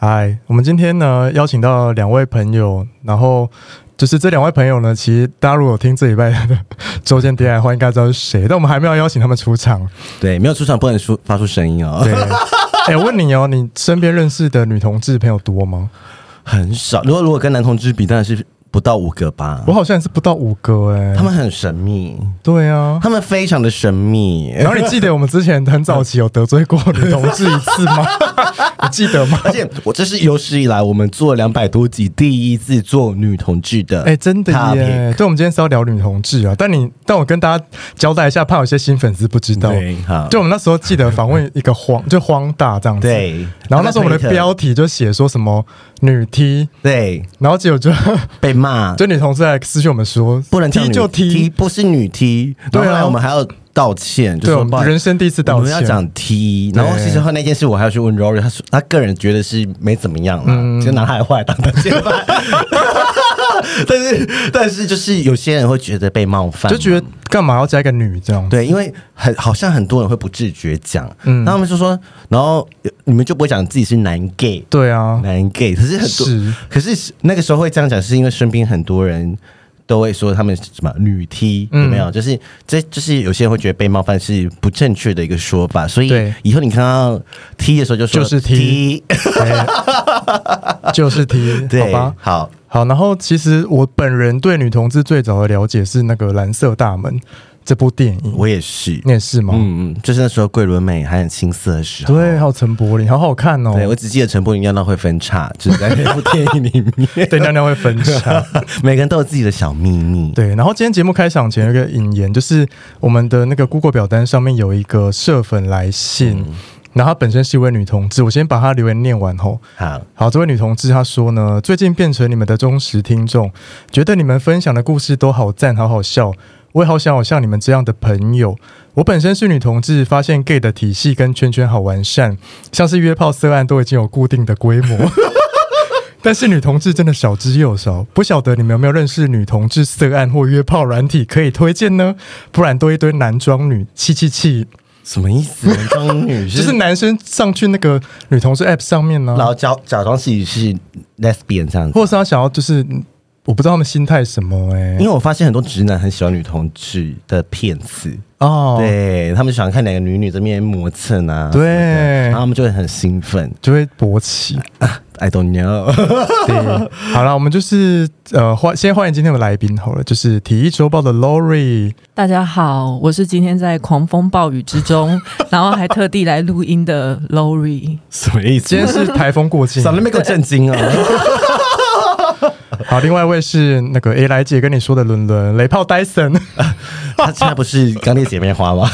嗨，我们今天呢邀请到两位朋友，然后就是这两位朋友呢，其实大家如果有听这礼拜的周间 D I 的话，应该知道是谁，但我们还没有邀请他们出场。对，没有出场不能出发出声音哦对，。 哎、我问你哦，你身边认识的女同志朋友多吗？很少。如果如果跟男同志比，当然是不到五个吧我。好像也是不到五个哎、他们很神秘，对啊。他们非常的神秘，然后你记得我们之前很早期有得罪过女同志一次 吗？你记得吗？而且我这是有史以来我们做两百多集第一次做女同志的，哎、真的耶！对，我们今天是要聊女同志啊，但你但我跟大家交代一下，怕有些新粉丝不知道。对好就我们那时候记得访问一个荒，就荒大这样子。对然后那时候我们的标题就写说什么女 T，对，然后结果就 被骂，就女同事来私讯我们说，不能叫 T 女就 T， T，不是女 T。对啊然后后来我们还要道歉，就对，说我不们好意思人生第一次我道们要歉。讲 T，然后对其实后来那件事我还要去问 Rory，他说他个人觉得是没怎么样嗯啦，就拿他的话来当挡箭 牌。但是但是就是有些人会觉得被冒犯，就觉得干嘛要加一个女这样？对，因为很好像很多人会不自觉讲，嗯，他们就说，然后呃你们就不会讲自己是男 gay，对啊，男 gay，可是很多，是可是那个时候会这样讲，是因为身边很多人都会说他们什么女 T 嗯有没有？就是这就是有些人会觉得被冒犯是不正确的一个说法，所以对以后你看到 T 的时候就说就是 T 哎就是 T，好对，吧。好，好，然后其实我本人对女同志最早的了解是那个《蓝色大门》这部电影，我也是，你也是吗？嗯嗯，就是那时候桂纶镁还很青涩的时候。对，还有陈柏霖，好好看哦。对，我只记得陈柏霖尿道会分叉，就是在那部电影里 面，对，尿尿会分叉。 每个人都有自己的小秘密。对，然后今天节目开场前有一个引言，就是我们的那个 Google 表单上面有一个社粉来信，嗯然后她本身是一位女同志，我先把她留言念完吼。好，好，这位女同志她说呢，最近变成你们的忠实听众，觉得你们分享的故事都好赞，好好笑。我也好想有像你们这样的朋友。我本身是女同志，发现 gay 的体系跟圈圈好完善，像是约炮、色案都已经有固定的规模。 但是女同志真的少之又少，不晓得你们有没有认识女同志色案或约炮软体可以推荐呢？不然都一堆男装女，气气气，什么意 思？文中女就是男生上去那个女同志 app 上面呢、然后假假装自己是 lesbian 这样子。或是他想要就是，嗯我不知道他们心态什么哎、因为我发现很多直男很喜欢女同志的片子，哦，对他们喜欢看两个女女在面磨蹭啊，对什么的然后他们就会很兴奋。就会勃起。 I don't know， 对，好了，我们就是呃，欢先欢迎今天的来宾好了，就是《体育周报》的 Lori。大家好，我是今天在狂风暴雨之 中，然后还特地来录音的 Lori。什么意思今天 是台风过境，长得没够震 惊哦。好，另外一位是那个 A 来姐跟你说的伦伦雷炮 Dyson。他现在不是刚烈姐妹花 吗？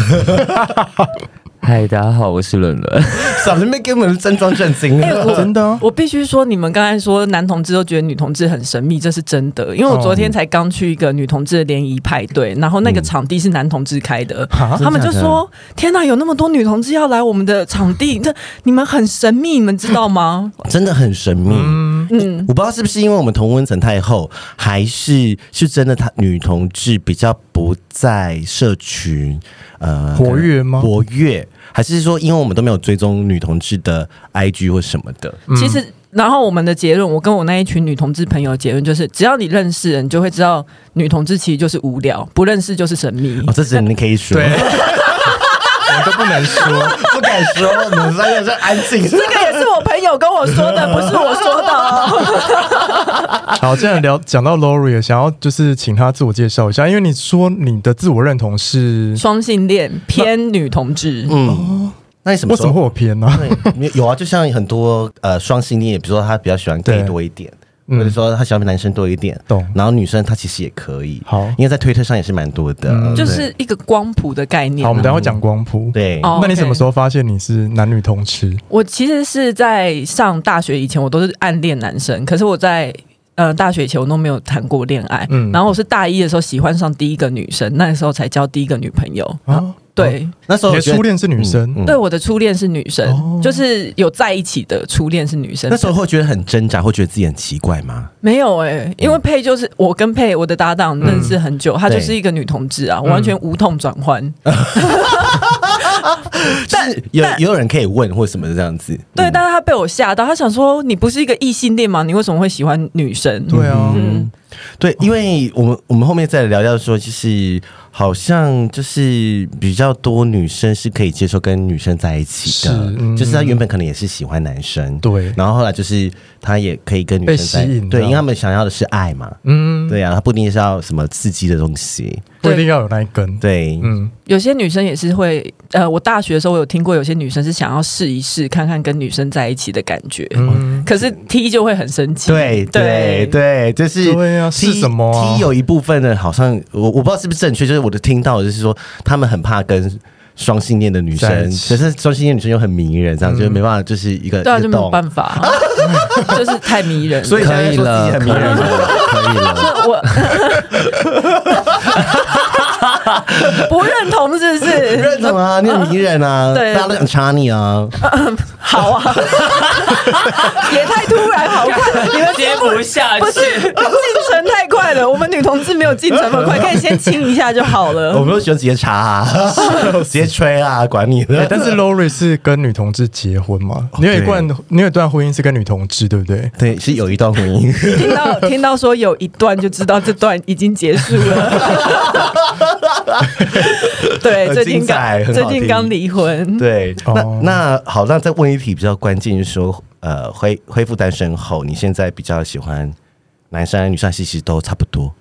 嗨，大家好，我是伦伦。哎长得没给我们真装震惊，真的啊我必须说，你们刚才说男同志都觉得女同志很神秘，这是真的。因为我昨天才刚去一个女同志的联谊派对，然后那个场地是男同志开哦的，他们就说：“天哪，有那么多女同志要来我们的场地，这你们很神秘，你们知道吗真的很神秘。嗯我不知道是不是因为我们同温层太厚，还是是真的他女同志比较不在社群呃活跃吗活跃，还是说因为我们都没有追踪女同志的 IG 或什么的？？”其实。然后我们的结论，我跟我那一群女同志朋友的结论就是，只要你认识人，你就会知道女同志其实就是无聊，不认识就是神秘。哦，这只能你可以说，对，我都不能说。 不敢 说，你们三个是安静。这个也是我朋友跟我说的，不是我说的哦。好，既然聊讲到 Lori，了想要就是请她自我介绍一下，因为你说你的自我认同是双性恋偏女同志，嗯，那你什么为时什么会候？有偏呢、对有啊，就像很多呃双性恋，比如说他比较喜欢 gay 对多一点，或者说他喜欢男生多一点，嗯懂然后女生她其实也可以，好因为在推特上也是蛮多的，嗯就对是一个光谱的概念好，啊。我们等一下会讲光谱。，嗯对，哦那你 OK 什么时候发现你是男女通吃？我其实是在上大学以前，我都是暗恋男生，可是我在。呃，大学以前我都没有谈过恋爱，嗯然后我是大一的时候喜欢上第一个女生，那时候才交第一个女朋友。啊，对，那时你候的我觉得初恋是女生，嗯对，我的初恋是女生，哦就是有在一起的初恋是女生。那时候会觉得很挣扎，会觉得自己很奇怪吗？没有哎、因为佩就是我跟佩我的搭嗯档认识很久，她就是一个女同志啊，我完全无痛转换。就是有也有人可以问或什么的这样子，对，嗯但是她被我吓到，她想说你不是一个异性恋吗？你为什么会喜欢女生？对啊，嗯，对，因为我们我们后面再聊到说，就是好像就是比较多女生是可以接受跟女生在一起的，是嗯就是她原本可能也是喜欢男生，对然后后来就是她也可以跟女被生在吸引对，到因为他们想要的是爱嘛，嗯，对啊，她不一定是要什么刺激的东西，不一定要有那一根。对，嗯，有些女生也是会，呃，我大学的时候我有听过，有些女生是想要试一试，看看跟女生在一起的感觉。嗯可是 T 就会很生气，对对对，就是对啊是 T- 什么啊 T 有一部分人好像我我不知道是不是正确，就是我的听到的就是说他们很怕跟。双性恋的女生在一，起嗯可是双性恋女生又很迷人，这样、就是没办法，就是一个对啊，一个就没有洞办 法，就是太迷人了。所以可啊以了，现在说自己可以很迷人了，可以了。 我不认同是不你是？认同啊，你很迷人啊，对大家都想插你 啊，好啊，也太突然，好快，你们接不下 不是进程太快了，我们女同志没有进程那么快，可以先亲一下就好 我了。们都喜欢直接插 啊，直接吹啊，管你哎的。但是 Lori 是跟女同志结婚嘛？哦你有一段，你有一段婚姻是跟女同志，对不对？对，是有一段婚姻，听到听到说有一段就知道这段已经结束了。对，很最近精彩刚很好最听近刚离婚，对。哦那那好，那再问一题比较关键，就是说，呃，恢恢复单身后，你现在比较喜欢男生、女生，其实都差不多。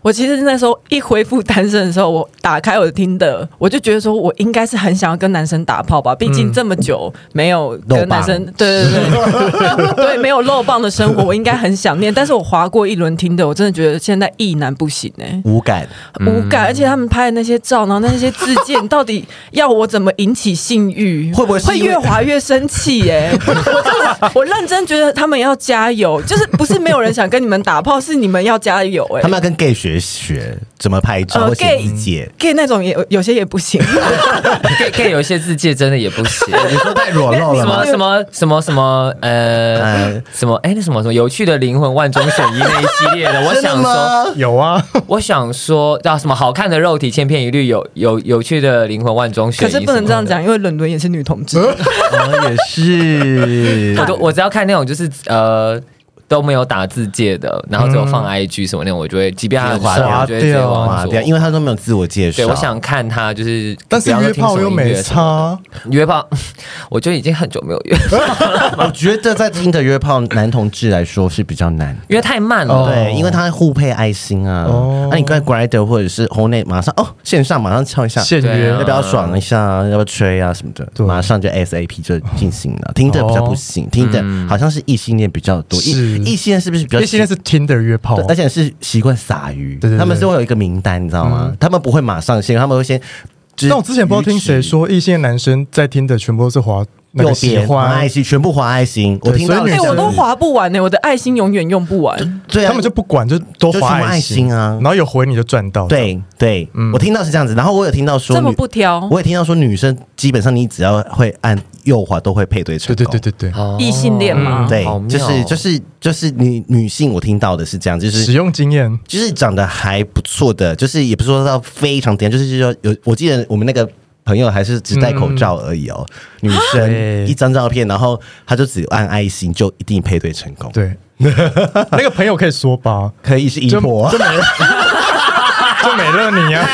我其实那时候一恢复单身的时候，我打开我的听的，我就觉得说我应该是很想要跟男生打炮吧，毕嗯竟这么久没有跟男生肉，对对对， 对没有肉棒的生活，我应该很想念。但是我划过一轮听的，我真的觉得现在异男不行哎、无感，无嗯感，而且他们拍的那些照，然后那些自 荐，到底要我怎么引起性欲？会不会是会因为越滑越生气、 耶？我真的，我认真觉得他们要加油，就是不是没有人想跟你们打炮，是你们要加油哎、他们要跟 gay 学学怎么拍照呃或写 gay- 字节。 gay 那种也有有些也不行， 可以可以有一些字界真的也不行。你说太裸露了 什 么吗？什么什么什么呃哎什么哎那什么什么有趣的灵魂万中选一那一系列的，我真的想说吗？有啊，我想说叫什么好看的肉体千篇一律，有有有趣的灵魂万中选可一。是不能这样。讲，因为伦伦也是女同志。嗯我哦也 是，我都我只要看那种就是呃都没有打字界的，然后只有放 IG 什么那种，我就会即便他划很帅，我就会直接掉往哇，左对啊，。因为他都没有自我介绍。对，我想看他就是， 但是不要说约听什炮么又音没乐什么差，约炮， 我就已经很久没有约，我觉得在听的约炮男同志来说是比较难。约太慢哦了。对，因为他互配爱心啊，那、哦你跟 Grinder 或者是 h o n e t 马上哦，线上马上敲一下，现对约呃啊要不要爽一下嗯啊？要不要吹啊什么的？对哦马上就 SAP 就进行了。听的比较不行，听嗯的好像是异性恋比较多，是异异性恋是不是比较因为现在是 Tinder 约炮对，，而且是习惯撒鱼，对对对嗯他们是会有一个名单，你知道吗？他们不会马上先，他们会先。就是但我之前不知道听谁说，异性男生在听的全部都是滑那右个喜边划爱欢，心，全部划爱心。对我听到所以的哎、女是生我都划不完呢、我的爱心永远用不完。对啊，他们就不管，就都就全滑部爱心啊然后有回你就赚到，对对，嗯我听到是这样子。然后我有听到说这么女不挑我也听到说女生基本上你只要会按右滑都会配对成对功对。对对对，哦异性恋嘛嗯对好妙就是就是就是女女性，我听到的是这样，就使哦是。用经验就是长得还不错的，就是也不是说到非常点，就是说有，我记得我们那个朋友还是只戴口罩而已哦，女生对一张照片，然后她就只按爱心就一定配对成功，， 对。那个朋友可以说吧，可以是一就婆， 就没就没了你啊，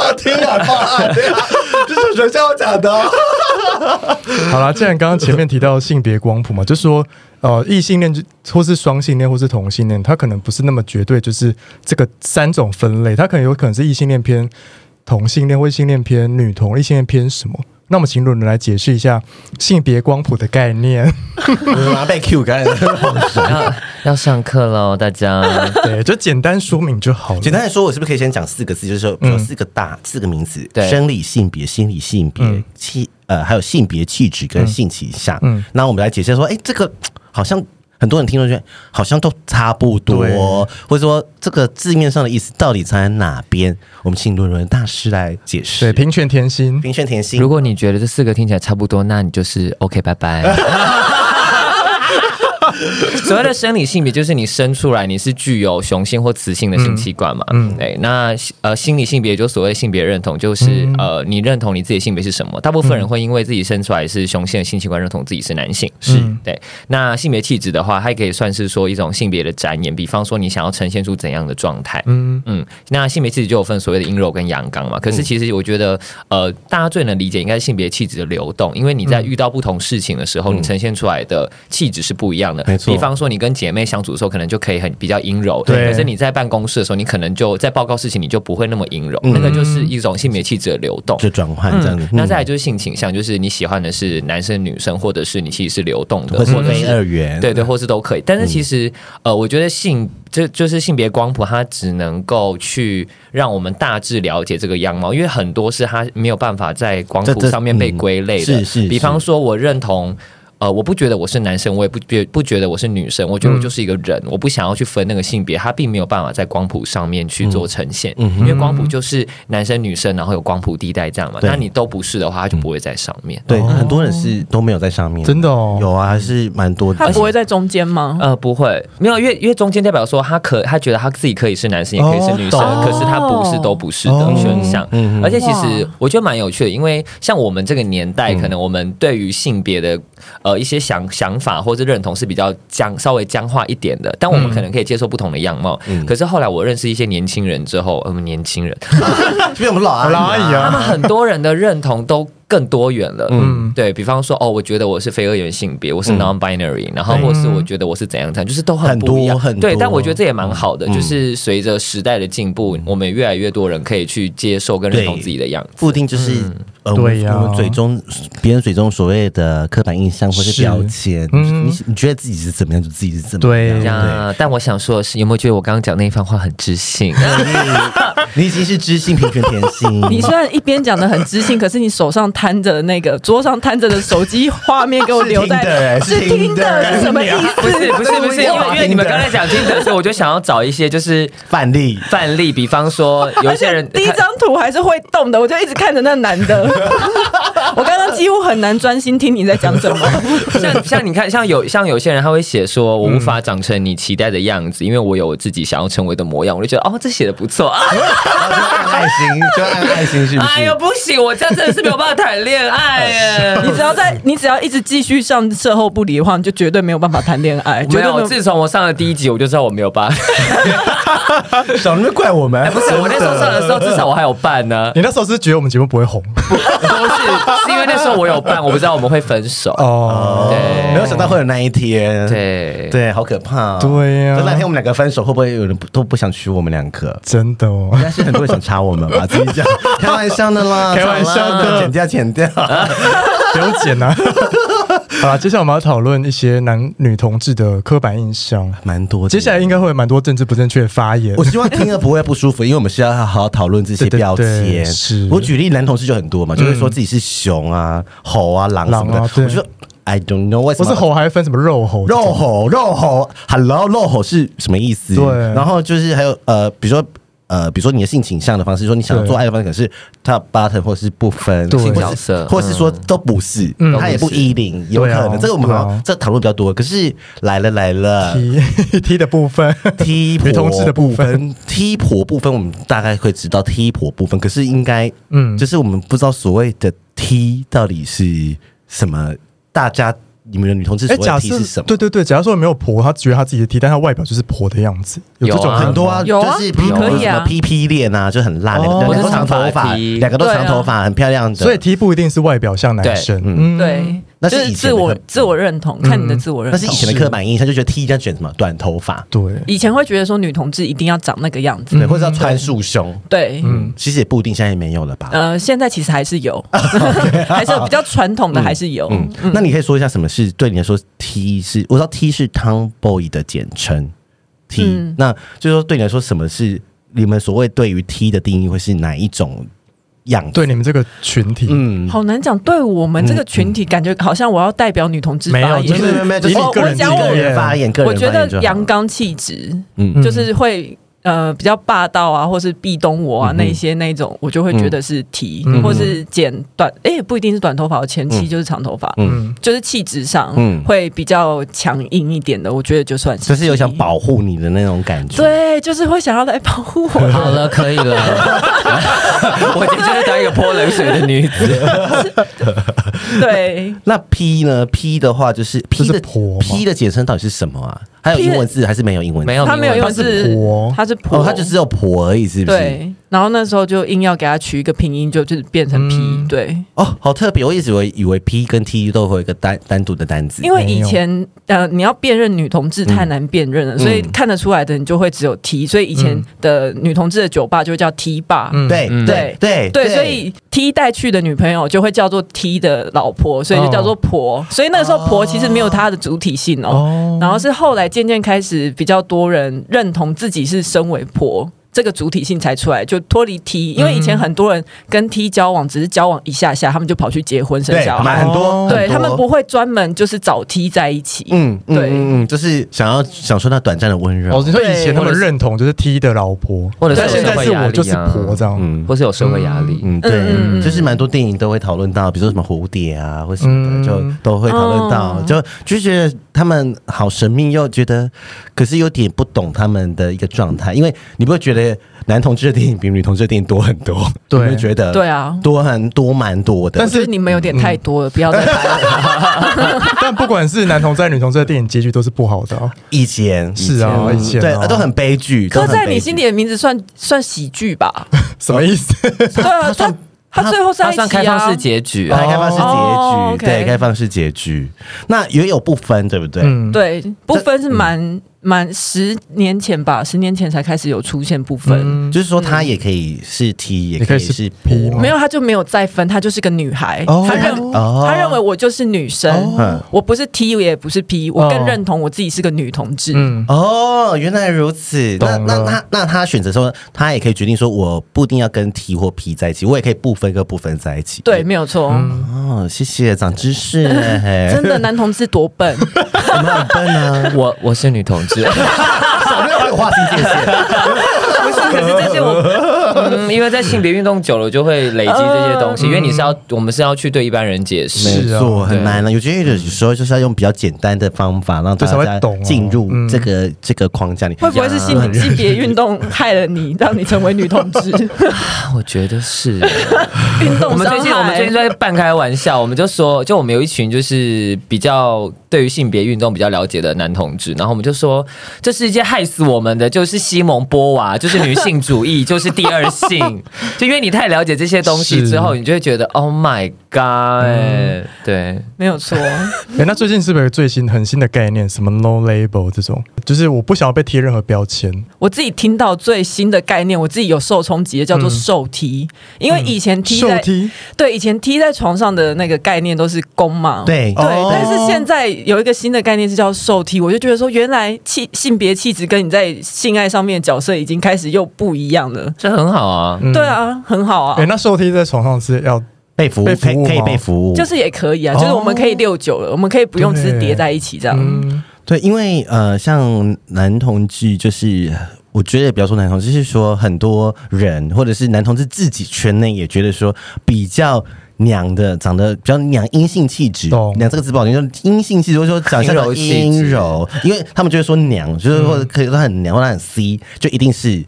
好听啊，报 案，对啊这是学校讲的哦，好啦，既然刚刚前面提到性别光谱嘛，就说呃异性恋就或是双性恋或是同性恋，它可能不是那么绝对，就是这个三种分类，它可能有可能是异性恋偏同性恋，或异性恋偏女同，异性恋偏什么。那我们请伦伦来解释一下性别光谱的概念。我嗯啊被 Q 干了。要要上课喽，大家。对， 就简单说明就好了。简单来说，我是不是可以先讲四个字？就是说，比嗯如说四个大、四个名词：对生理性别、心理性别、嗯气呃，还有性别气质跟性倾向。嗯嗯，那我们来解释说，哎、这个好像很多人听了觉得好像都差不对多，或者说这个字面上的意思到底在哪边？我们请伦伦大师来解对，释。平权甜心，冰炫甜心，如果你觉得这四个听起来差不多，那你就是 OK，拜拜。所谓的生理性别，就是你生出来你是具有雄性或雌性的性器官嘛？嗯嗯，嗯对。那呃，心理性别也就所谓性别认同，就是、嗯呃，你认同你自己的性别是什么？大部分人会因为自己生出来是雄性的性器官，认同自己是男性。是嗯对。那性别气质的话，它可以算是说一种性别的展演，比方说你想要呈现出怎样的状态。嗯，嗯，那性别气质就有分所谓的阴柔跟阳刚嘛。嗯可是其实我觉得，呃，大家最能理解应该是性别气质的流动，因为你在遇到不同事情的时候，你呈现出来的气质是不一样的。嗯没错比方说你跟姐妹相处的时候，可能就可以很比较阴柔，对可是你在办公室的时候，你可能就在报告事情，你就不会那么阴柔。嗯那个就是一种性别气质的流动。就转换这样嗯子，那再来就是性倾向，就是你喜欢的是男生女生，或者是你其实是流动的，或是嗯或者非是二元，对对，或是都可以。但是嗯其实，呃，我觉得性这就是性别光谱，它只能够去让我们大致了解这个样貌，因为很多是它没有办法在光这谱这上面被嗯归类的。是是比方是说，我认同。呃，我不觉得我是男生，我也不觉不觉得我是女生，我嗯觉得我就是一个人，我不想要去分那个性别，它并没有办法在光谱上面去做呈现，嗯因为光谱就是男生女生，然后有光谱地带这样嘛。对嗯那你都不是的话，它就不会在上面。对，那很多人是都没有在上面，哦真的哦，有啊，还是蛮多的。 他不会在中间吗？呃，不会，没有，因为因为中间代表说他可他觉得他自己可以是男生，也可以是女生，哦可是他不是都不是的哦选项。嗯而且其实哇我觉得蛮有趣的，因为像我们这个年代，嗯可能我们对于性别的呃一些想想法或者认同是比较僵，稍微僵化一点的，但我嗯们可能可以接受不同的样貌。可是后来我认识一些年轻人之后，嗯，年轻人，比我们老老阿姨他啊，们很多人的认同都更多元了。嗯嗯，对比方说，哦，我觉得我是非二元性别，我是 non-binary，、然后或是我觉得我是怎样怎样，就是都很不一样。很多很多对，但我觉得这也蛮好的，嗯就是随着时代的进步，我们越来越多人可以去接受跟认同对自己的样子。不一定就是、嗯呃，对呀我们嘴中别人嘴中所谓的刻板印象或是是标签，嗯你你觉得自己是怎么样，就自己是怎么对样。呀，但我想说的是，有没有觉得我刚刚讲那一番话很知性？ 你已经是知性平权甜心， 你虽然一边讲的很知性，可是你手上摊着的那个桌上摊着的手机画面给我留在是是听 Tinder，的是什么意不思？是不是不是，因为因为你们刚才讲听的时候，我就想要找一些就是范例范例，比方说有一些人 第一张图还是会动的，我就一直看着那男 的。我刚刚几乎很难专心听你在讲什么。像像你看，像有像有些人他会写说，我无法长成你期待的样子，因为我有我自己想要成为的模样。我就觉得哦，这写的不错啊！然后就按爱心，就按爱心，是不是？ 哎呦，不行，我这样真的是没有办法谈恋爱耶。 你只要在，你只要一直继续上售后不理的话，你就绝对没有办法谈恋爱，绝对没有，有。自从我上了第一集，我就知道我没有办法。少那么怪我们，哎不是，我那时候上的时候，至少我还有伴 呢。你那时候是觉得我们节目不会红不是，是因为那时候我有伴，我不知道我们会分手。呃哦？对没有想到会有那一天，哎对对，好可怕、哦，对呀就那天我们两个分手，会不会有人不都不想娶我们两个？真的哦应，该是很多人想插我们吧，自己 讲，开玩笑的啦，开玩笑的好啦剪掉剪掉。不用剪啊。 好啦，接下来我们要讨论一些男女同志的刻板印象。蛮多的。接下来应该会有蛮多政治不正确的发 言我。希望听了不会不舒服，因为我们是要好好讨论这些对对标对签。是我举例，男同事就很多嘛，就是说自己是熊啊、猴啊、狼什么狼的啊。对我就说 I don't know 为什不么是猴，还分什么肉猴？ 肉猴肉猴，Hello 肉猴是什么意思？对然后就是还有呃，比如说。呃，比如说你的性倾向的方式，说你想要做爱的方式，可是 top button 或是不分对或是角色或是说都不是，嗯他也不一零，有可对啊能这个我们好对啊像这讨论比较多。可是来了来了， T T 的部 分， T 婆女同志的部分分，T 婆部分我们大概会知道 T 婆部分，可是应该，嗯嗯，就是我们不知道所谓的 T 到底是什么，大家你们的女同志哎，所谓的假 T 设是什么？对对对，假如说没有婆，他觉得他自己的 T，但他外表就是婆的样子，这种有啊人吗很多啊，有啊就是比如可说以什啊么 PP 恋啊，就很辣，两哦个两个都长头或者长发发， T 啊两个都长头发，很漂亮的。所以 T 不一定是外表像男生，对嗯对，那就是是以自前的我刻自我认同，看你的自我认那同。是以前的刻板印象，就觉得 T 一定要卷什么短头发，对，以前会觉得说女同志一定要长那个样子，嗯对，或者要穿束胸，对，嗯，其实也不一定，现在也没有了吧？呃，现在其实还 是有，还是有比较传统的，还是有。嗯，那你可以说一下什么是对你来说 T 是？我知道 T 是 Tomboy 的简称 T，、嗯那就是说对你来说什么是你们所谓对于 T 的定义会是哪一种样子？对你们这个群体，嗯，好难讲，对我们这个群体，感觉好像我要代表女同志没有发就没言是。有没有没有，以就是你个人个经验人发言，个人我觉发得言就好阳刚气质嗯就是会呃比较霸道啊，或是壁咚嗯我啊那一些那一种，我就会觉得是提，嗯或是剪短，哎、也不一定是短头发，我前期嗯就是长头发，嗯，就是气质上嗯会比较强硬一点的，我觉得就算是就是有想提保护你的那种感觉。对，就是会想要来保护 我。好了，可以了。 我今天就是当一个泼冷水的女子。对，那 P 呢？P 的话就是 P 是的婆吗 P 的简称到底是什么啊？还有 P 英文字还是没有英文字？没有他没有英用文字字婆，他是婆，哦，它就只有婆而已，是不是？对。然后那时候就硬要给他取一个拼音，就就是变成 P、嗯对，哦，好特别，我一直以为以为 P 跟 T 都会有一个单单独的单字，因为以前呃你要辨认女同志太难辨认了，所以看得出来的你就会只有 T，所以以前的女同志的酒吧就叫 T 吧。嗯对嗯对对对，所以 T 带去的女朋友就会叫做 T 的老婆，所以就叫做婆。所以那个时候婆其实没有她的主体性哦，哦，然后是后来渐渐开始比较多人认同自己是身为婆这个主体性才出来，就脱离 T，因为以前嗯很多人跟 T 交往只是交往一下下，他们就跑去结婚生对小蛮孩，很多，哦很对多他们不会专门就是找 T 在一起。嗯嗯对嗯嗯，就是想要享受那短暂的温哦柔，，你说以前他们认同就是 T 的老婆，或者是但现在是我就是婆这样，嗯啊或是有社会压力。嗯嗯嗯对，嗯就是蛮多电影都会讨论到，比如说什么蝴蝶啊或什么嗯的，就都会讨论到，哦就就觉得他们好神秘，又觉得可是有点不懂他们的一个状态，因为你不会觉得男同志的电影比女同志的电影多很多，对你会觉得对啊多很多蛮多的，但我觉得你们有点太多了，不要再来了。但不管是男同在女同这个电影结局都是不好的 啊，以前是啊以前对啊都很悲剧，都刻很在悲你剧心里的名字算算喜剧吧？什么意思？对啊，他他最后是在它一起啊算开放式结局对啊，开放式结局，哦，OK 对，开放式结局。那也有不分，对不对？嗯，对，不分是蛮蛮十年前吧，十年前才开始有出现不分。就是说他也可以是 T，、也也可可以以是是 P 吗婆，没有，他就没有再分，他就是个女孩。哦他认、哦他认为我就是女生，嗯我不是 T 也不是 P，我哦更认同我自己是个女同志。嗯，哦，原来如此。那懂那了他那他选择说，他也可以决定说，我不一定要跟 T 或 P 在一起，我也可以不分跟不分在一起。对，没有错。哦，谢谢，长知识了。嘿真的，男同志多笨，你们很笨啊！我我是女同 志，少没有划清界限。不是，可是这些我，嗯，因为在性别运动久了，就会累积这些东西，因为你是要，我们是要去对一般人解 释是。啊没错，很难了。有觉得有时候就是要用比较简单的方法，让大对才会家懂哦进入嗯这个、这个框架里。会不会是性性别运动害了你，让你成为女同志？我觉得是。运动我们最伤近我们最近害。在半开玩笑，我们就说，就我们有一群就是比较对于性别运动比较了解的男同志，然后我们就说，这世界害死我们的就是西蒙波娃，就是女性主义，就是第二 性，就因为你太了解这些东西之后，是你就会觉得 Oh my God，、对。没有错，哎，那最近是不是有最新很新的概念，什么 no label 这种，就是我不想要被贴任何标签，我自己听到最新的概念，我自己有受冲击的，叫做受踢。因为以前踢受在、踢对以前踢在床上的那个概念都是攻嘛，对对，哦但是现在有一个新的概念是叫受体，我就觉得说，原来气性别气质跟你在性爱上面的角色已经开始又不一样了。这很好啊，嗯对啊，很好啊哎，，那受踢在床上是要被服务，被服可以务可以吗被服务，就是也可以啊，就是我们可以六九了，我们可以不用只是叠在一起这样。嗯对，因为呃，像男同志，就是我觉得不要说男同志，是说很多人或者是男同志自己圈内也觉得说比较。嗯娘的，长得比较娘，阴性气质懂，娘这个字不好听，就是阴性气质，或者说长相阴柔很气质阴柔，因为他们就会说娘，就是或者可以说她很娘，或者她很 C，就一定是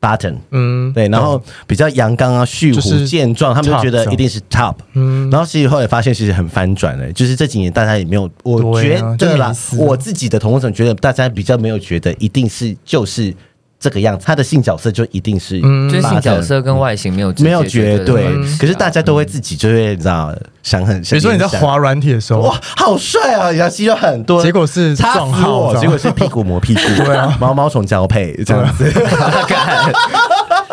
button，嗯对，然后比较阳刚啊、蓄就虎是健壮，他们就 top 觉得一定是 top。嗯然后其实后来发现，其实很翻转了、就是这几年大家也没有，我对觉啊就得啦，迷思我自己的同事总觉得大家比较没有觉得一定是就是这个样子，他的性角色就一定是嗯就就是性角色跟外形没有直接没有绝对对的关系啊，可是大家都会自己就会你知道想很，比如说你在想滑软体的时候哇，，好帅啊！然后肌肉很多，结果是插撞死号我，这样结果是屁股磨屁股， 对啊毛毛虫交配这样子，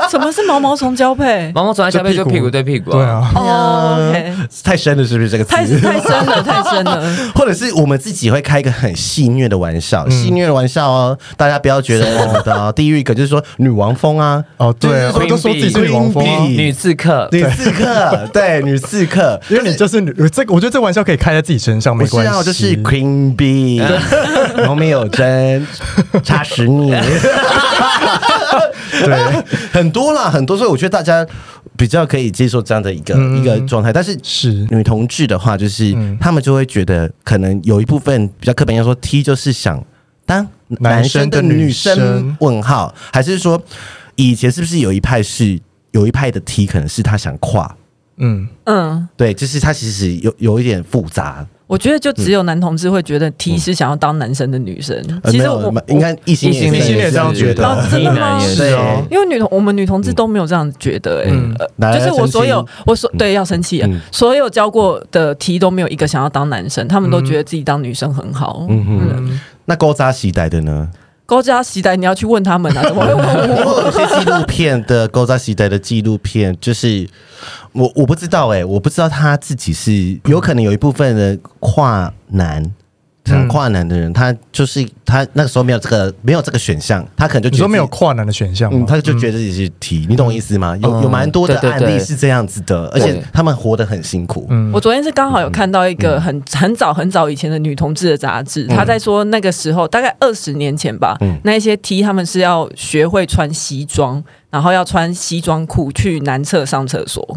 什么是毛毛虫交 配？毛毛虫在下背就屁股对屁股，对，啊，哦，OK，太深了是不是这个词？ 太太深了，太深了。或者是我们自己会开一个很戏谑的玩嗯笑，戏谑的玩笑哦，大家不要觉得 什么的哦。地狱梗就是说女王风啊，哦对，就是我都说自己是女王蜂啊 Queen Bee 女刺客，女刺客，对，女刺客，因为你就是女，这个我觉得这玩笑可以开在自己身上，没不是关啊，系，我就是 Queen Bee，然 没有针，插死你。 对，很多啦，很多，所以我觉得大家比较可以接受这样的一个、一个状态。但嗯是是女同志的话，就是、嗯他们就会觉得，可能有一部分比较刻板印象说 T 就是想当男男生生的的女女生生？问号，还是说以前是不是有一派是有一派的 T 可能是他想跨？嗯，嗯，对，就是他其实有有一点复杂，我觉得就只有男同志会觉得 T 是想要当男生的女生。嗯呃其没实有我没应该异性异性异是性恋这样觉得哦真的吗也是对哦因为女同我们女同志都没有这样觉得、欸，嗯来呃，就是要我生所有气我所对要生气了嗯，所有教过的题都没有一个想要当男生，他们都觉得自己当女生很好。嗯哼，那勾扎西代的呢？高家时代你要去问他 们啊，怎么会问不过我？有些纪录片的勾扎西代的纪录片，就是我我不知道哎、我不知道他自己是有可能有一部分的跨男。想跨男的人，他就是他那个时候没有这个没有这个选项，他可能就你觉说得没有自己跨男的选项吗嗯，？他就觉得自己是 T，你懂我意思吗？有嗯有蛮多的对对案对例是这样子的，而且对他们活得很辛苦。嗯我昨天是刚好有看到一嗯个很很早很早以前的女同志的杂志，她在说那个时候大概二十年前吧，嗯那一些 T 他们是要学会穿西装，然后要穿西装裤去男厕上厕所，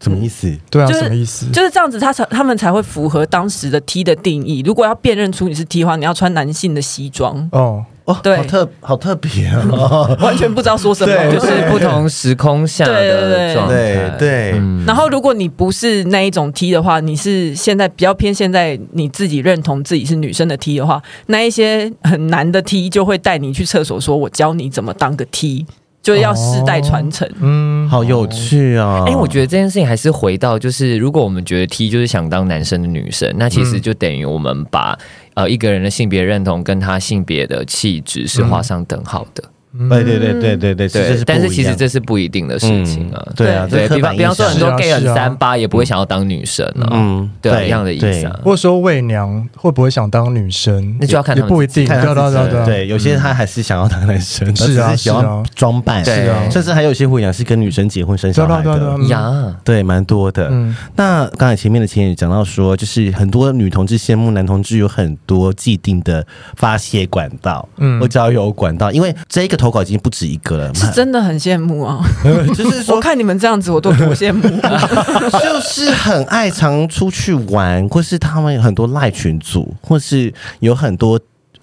什么意思？对啊，就是什么意思？就是这样子，他才他们才会符合当时的 T 的定义。如果要辨认出你是 T 的话，你要穿男性的西装，哦，哦，对好特好特别哦。完全不知道说什么。对就是不同时空下的状对态，对，然后，如果你不是那一种 T 的话，你是现在比较偏现在你自己认同自己是女生的 T 的话，那一些很难的 T 就会带你去厕所，说我教你怎么当个 T，就是要世代传承。嗯，好有趣啊！哎、我觉得这件事情还是回到，就是如果我们觉得 T 就是想当男生的女生，那其实就等于我们把、呃一个人的性别认同跟他性别的气质是画上等号的。嗯嗯对对对对对对，其实对，但是是不一其实样这是不一定的事情啊。嗯对啊，对，这比刻板方印比方说很象多 gay 是啊很三八也不会想要当女生啊，嗯嗯，对，对一样的意思啊。或者说媚娘会不会想当女生？那就要看也他们不一定，对看啊他对啊自对啊己啊对，有些他还是想要当男生，是啊他只喜是啊欢装扮，对啊甚至还有一些会养是跟女生结婚生小孩对啊对啊对啊的嗯。呀，对，蛮多的。嗯那刚才前面的前也讲到说，就是很多女同志羡慕男同志有很多既定的发泄管道，嗯嗯，或交友管道，因为这一个投稿已经不止一个了，是真的很羡慕啊！就是说我看你们这样子，我都多羡慕、啊 就是很爱常出去玩，或是他们有很多赖群组，或是有很多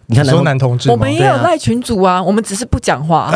你看你说男男同志吗我们也对有啊赖群主啊，我们只是不讲 话，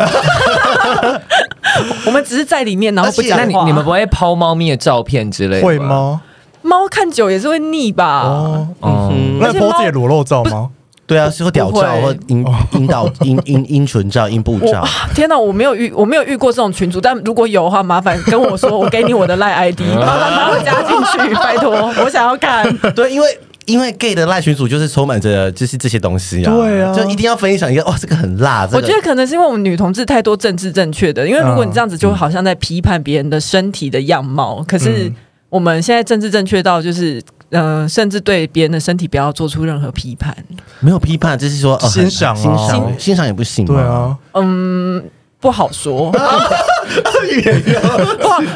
我们只是在里面，然后不讲那话。你你们不会抛猫咪的照片之类的会？吗？猫看久也是会腻吧？哦，哦、嗯那而且 po 自己的裸露照吗？对啊，是会屌不照会或阴哦阴道 阴阴阴唇照、阴部我照。天哪，我没有遇我没有遇过这种群主，但如果有的话，麻烦跟我说，我给你我的赖 ID，麻 烦把我加进去，拜托，我想要看。对，因为因为 gay 的赖群组就是充满着就是这些东西啊，对啊就一定要分享一个哇，这个很辣，这我个觉得可能是因为我们女同志太多政治正确的，因为如果你这样子，就好像在批判别人的身体的样嗯貌。可是我们现在政治正确到就是。嗯、甚至对别人的身体不要做出任何批判。没有批判，就是说、哦、很欣赏啊欣赏欣赏也不行，对，啊，嗯，不好说，不好，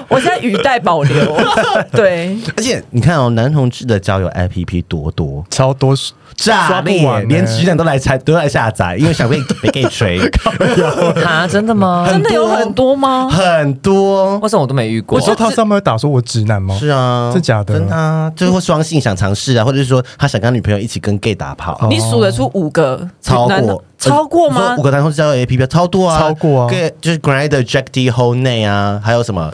我现在语带保留。对，而且你看哦，男同志的交友 APP 多多，超多炸刷不裂，完欸连直男都来下都来下载，因为想被被 gay 锤，啊，真的吗？真的有很多吗？很多。为什么我都没遇过我？说他上面有打说我直男吗？是啊，是哦假的真的啊，就是或双性想尝试啊，或者是说他想跟女朋友一起跟 gay 打哦炮，你数得出五个超男过呃的超过吗你说五？个男同志交友 A P P 超多啊，超过啊，gay 就是 Grinder、Jack D 抠内啊，还有什么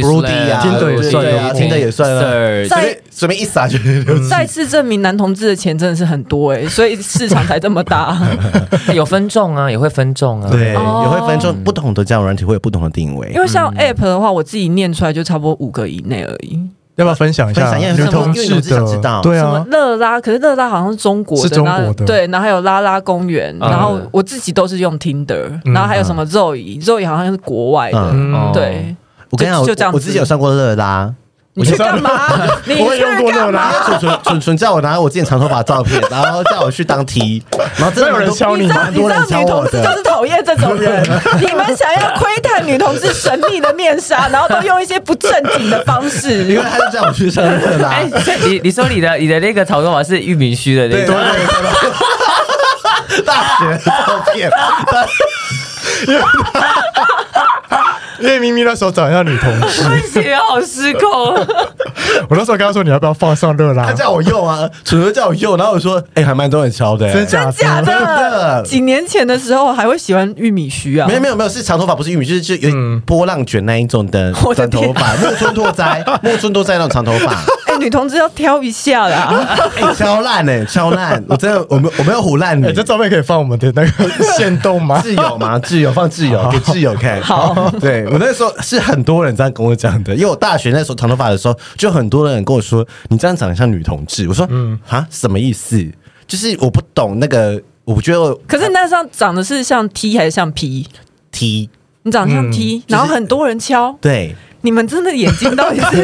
Brody 啊听的也算对啊，听的也算啊，在随便随便一撒就流出再次证明男同志的钱真的是很多哎、所以市场才这么大。有分众啊，也会分众啊。对，也哦会分众不同的交友软体会有不同的定位因。为像 App 的话，我自己念出来就差不多五个以内而已。要不要分享一下分享一下女同因为志女同志想知的？道对什么啊，乐拉，可是乐拉好像是中国的，是中国的然后对，然后还有拉拉公园，嗯然后我自己都是用 Tinder，、嗯然后还有什么 Zoe，Zoe 好像是国外的，嗯嗯， 对。我跟你讲，就就这样我子我之前有上过乐拉，你去干嘛？ 你我也去用过乐干拉，嘛？纯纯纯纯叫我拿我之前长头发的照片，然后叫我去当 T，然后真没有的蛮人多敲你你知吗？道，蛮你知多人道敲女同我志就是的。讨厌这种人，你们想要窥探女同志神秘的面纱，然后都用一些不正经的方因为 式。他就叫我去上热拉，哎，所以你你说你的你的那个草头发是玉米须的那对对 种，对，大学照片，因为明明那时候长得像女同 志，不行，好失 控。我那时候跟他说你要不要放上热拉他，叫我用啊，纯纯叫我用，然后我说，哎，还蛮多人敲的，真假假的？的，的几年前的时候还会喜欢玉米须啊没？有没有没有，是长头发，不是玉米，就是就有点波浪卷那一种的我的短头发，木村拓哉，木村拓哉那种长头发，哎，女同志要挑一下啦。哎，敲烂哎，敲烂，我真的我没有我没有唬烂你哎，，这照片可以放我们的那个线动 吗？挚友 吗？挚友放挚友给挚友看。好，对我那时候是很多人这样跟我讲的，因为我大学那时候长头发的时候，就很多人跟我说你这样长得像女同志。我说嗯啊什么意思？就是我不懂那个，我觉得我可是你那上长得是像 T 还是像 P？ T 你长得像 T，、然后很多人敲，对你们真的眼睛到底是？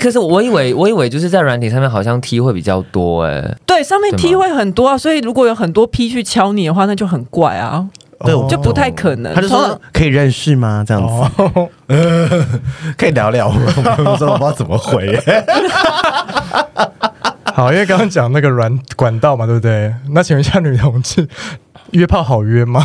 可是我以为我以为就是在软体上面好像 T 会比较多哎，对，上面对吗 T 会很多啊，所以如果有很多 P 去敲你的话，那就很怪啊，对，我就不太可能。哦他就通常说可以认识吗？这样子、哦， 可以聊聊吗？我说我不知道怎么 回、好，因为刚刚讲那个软管道嘛，对不对？那请问一下，女同志约炮好约吗？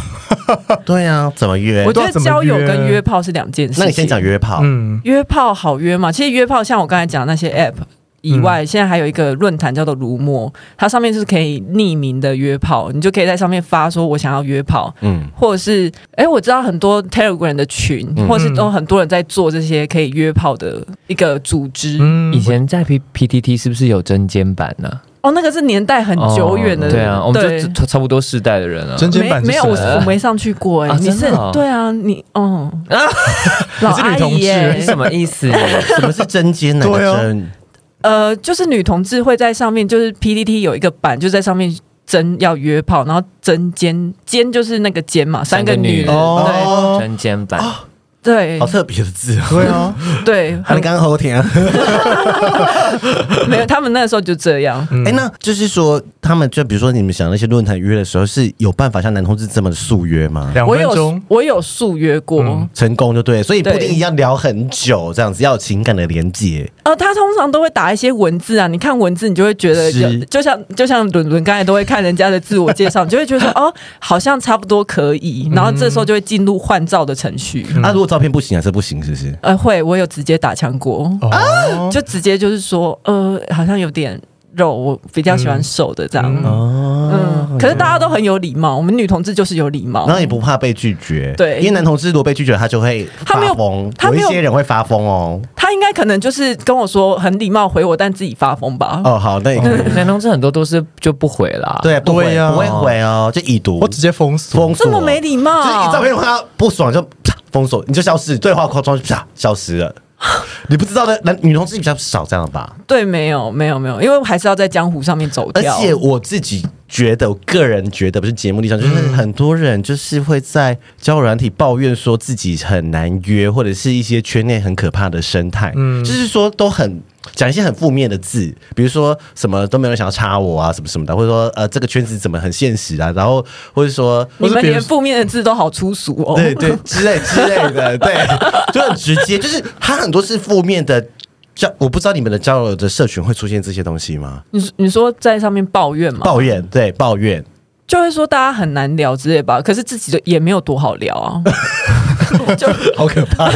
对啊，怎么约我？觉不知道得交怎么友约跟约炮是两件事情。那你先讲约炮，嗯，约炮好约嘛？其实约炮像我刚才讲的那些 app 以外，现在还有一个论坛叫做“如墨”，它上面是可以匿名的约炮，你就可以在上面发说我想要约炮，嗯，或者是哎、诶我知道很多 Telegram 的群，或者是都很多人在做这些可以约炮的一个组织。嗯以前在 P P T T 是不是有针尖版呢？哦，那个是年代很久远的、哦对啊，我们对就差差不多世代的人啊。真肩没版没有，我我没上去过哎、啊你是、真的哦对啊，你哦，老你是阿女同姨志耶、 是哎什么意思？什么是针尖男对啊针？呃，就是女同志会在上面，就是 PDT 有一个版，就在上面争要约炮，然后争奸奸就是那个奸嘛，三三个个女女人，人哦针尖版，对好特别的字哦。对啊，对啊，你刚刚好甜、啊。对，没有，他们那时候就这样。嗯 哎、那就是说，他们就比如说你们想那些论坛约的时候，是有办法像男同志这么速约吗？两我分有钟，我有速约过，嗯成功就对，所以不对一定要聊很久，这样子要有情感的连接。呃，他通常都会打一些文字啊，你看文字，你就会觉得是有，就像就像伦伦刚才都会看人家的自我介绍，你就会觉得说哦，好像差不多可以，然后这时候就会进入换照的程序。那、啊如果照片不行还是不行，是不是？呃，会，我有直接打枪过。啊哦，就直接就是说，呃，好像有点肉，我比较喜欢瘦的这样。嗯，哦，可是大家都很有礼貌，我们女同志就是有礼貌然。后也不怕被拒绝，对因为男同志如果被拒绝，他就会他没有发疯，他没有一些人会发疯哦。她应该可能就是跟我说很礼貌回我，但自己发疯吧。 哦，好，那也嗯可以，男同志很多都是就不回啦。对，不对会、呀不会回哦，就已读我直接封锁封，锁，这啊么没礼貌，就是一照片的话不爽就啪封锁，你就消失，对话框窗啪消失了。你不知道的，男女同志比较少这样吧？对，没有，没有，没有，因为还是要在江湖上面走而掉。且我自己觉得，我个人觉得不是节目立场，就是很多人就是会在交友软体抱怨说自己很难约，或者是一些圈内很可怕的生态，嗯就是说都很。讲一些很负面的字，比如说什么都没有人想要插我啊，什么什么的，或者说呃这个圈子怎么很现实啊，然后或者说你或是们别连人负面的字都好粗俗哦。对对，之类之类的，对，就很直接，就是它很多是负面的。交我不知道你们的交友的社群会出现这些东西吗？你你说在上面抱怨嘛，抱怨，对，抱怨，就会说大家很难聊之类吧。可是自己的也没有多好聊啊。 就好可怕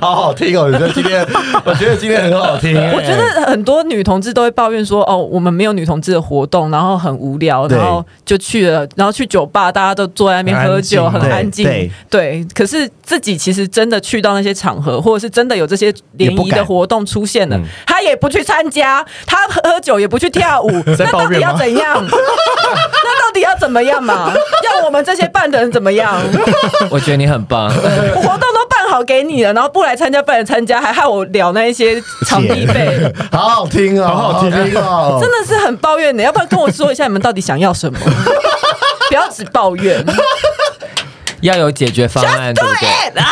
好好听哦！你说今天，我觉得今天很好听。 我觉得很多女同志都会抱怨说，哦，我们没有女同志的活动，然后很无聊，对然后就去了，然后去酒吧，大家都坐在那边喝酒，很很安安静静。对对，可是自己其实真的去到那些场合，或者是真的有这些联谊的活动出现了，他也不去参加，他喝酒也不去跳舞，在那抱到怨吗底要怎样？ 那到底要怎么样嘛？要我们这些办的人怎么样？ 我觉得你很棒，我活动都办好给你了，然后不来参加，不来参加，还害我聊那一些场地费， 好好听哦，好好听 哦，真的是很抱怨的。要不然跟我说一下你们到底想要什么？不要只抱怨，要有解决方案，对不对？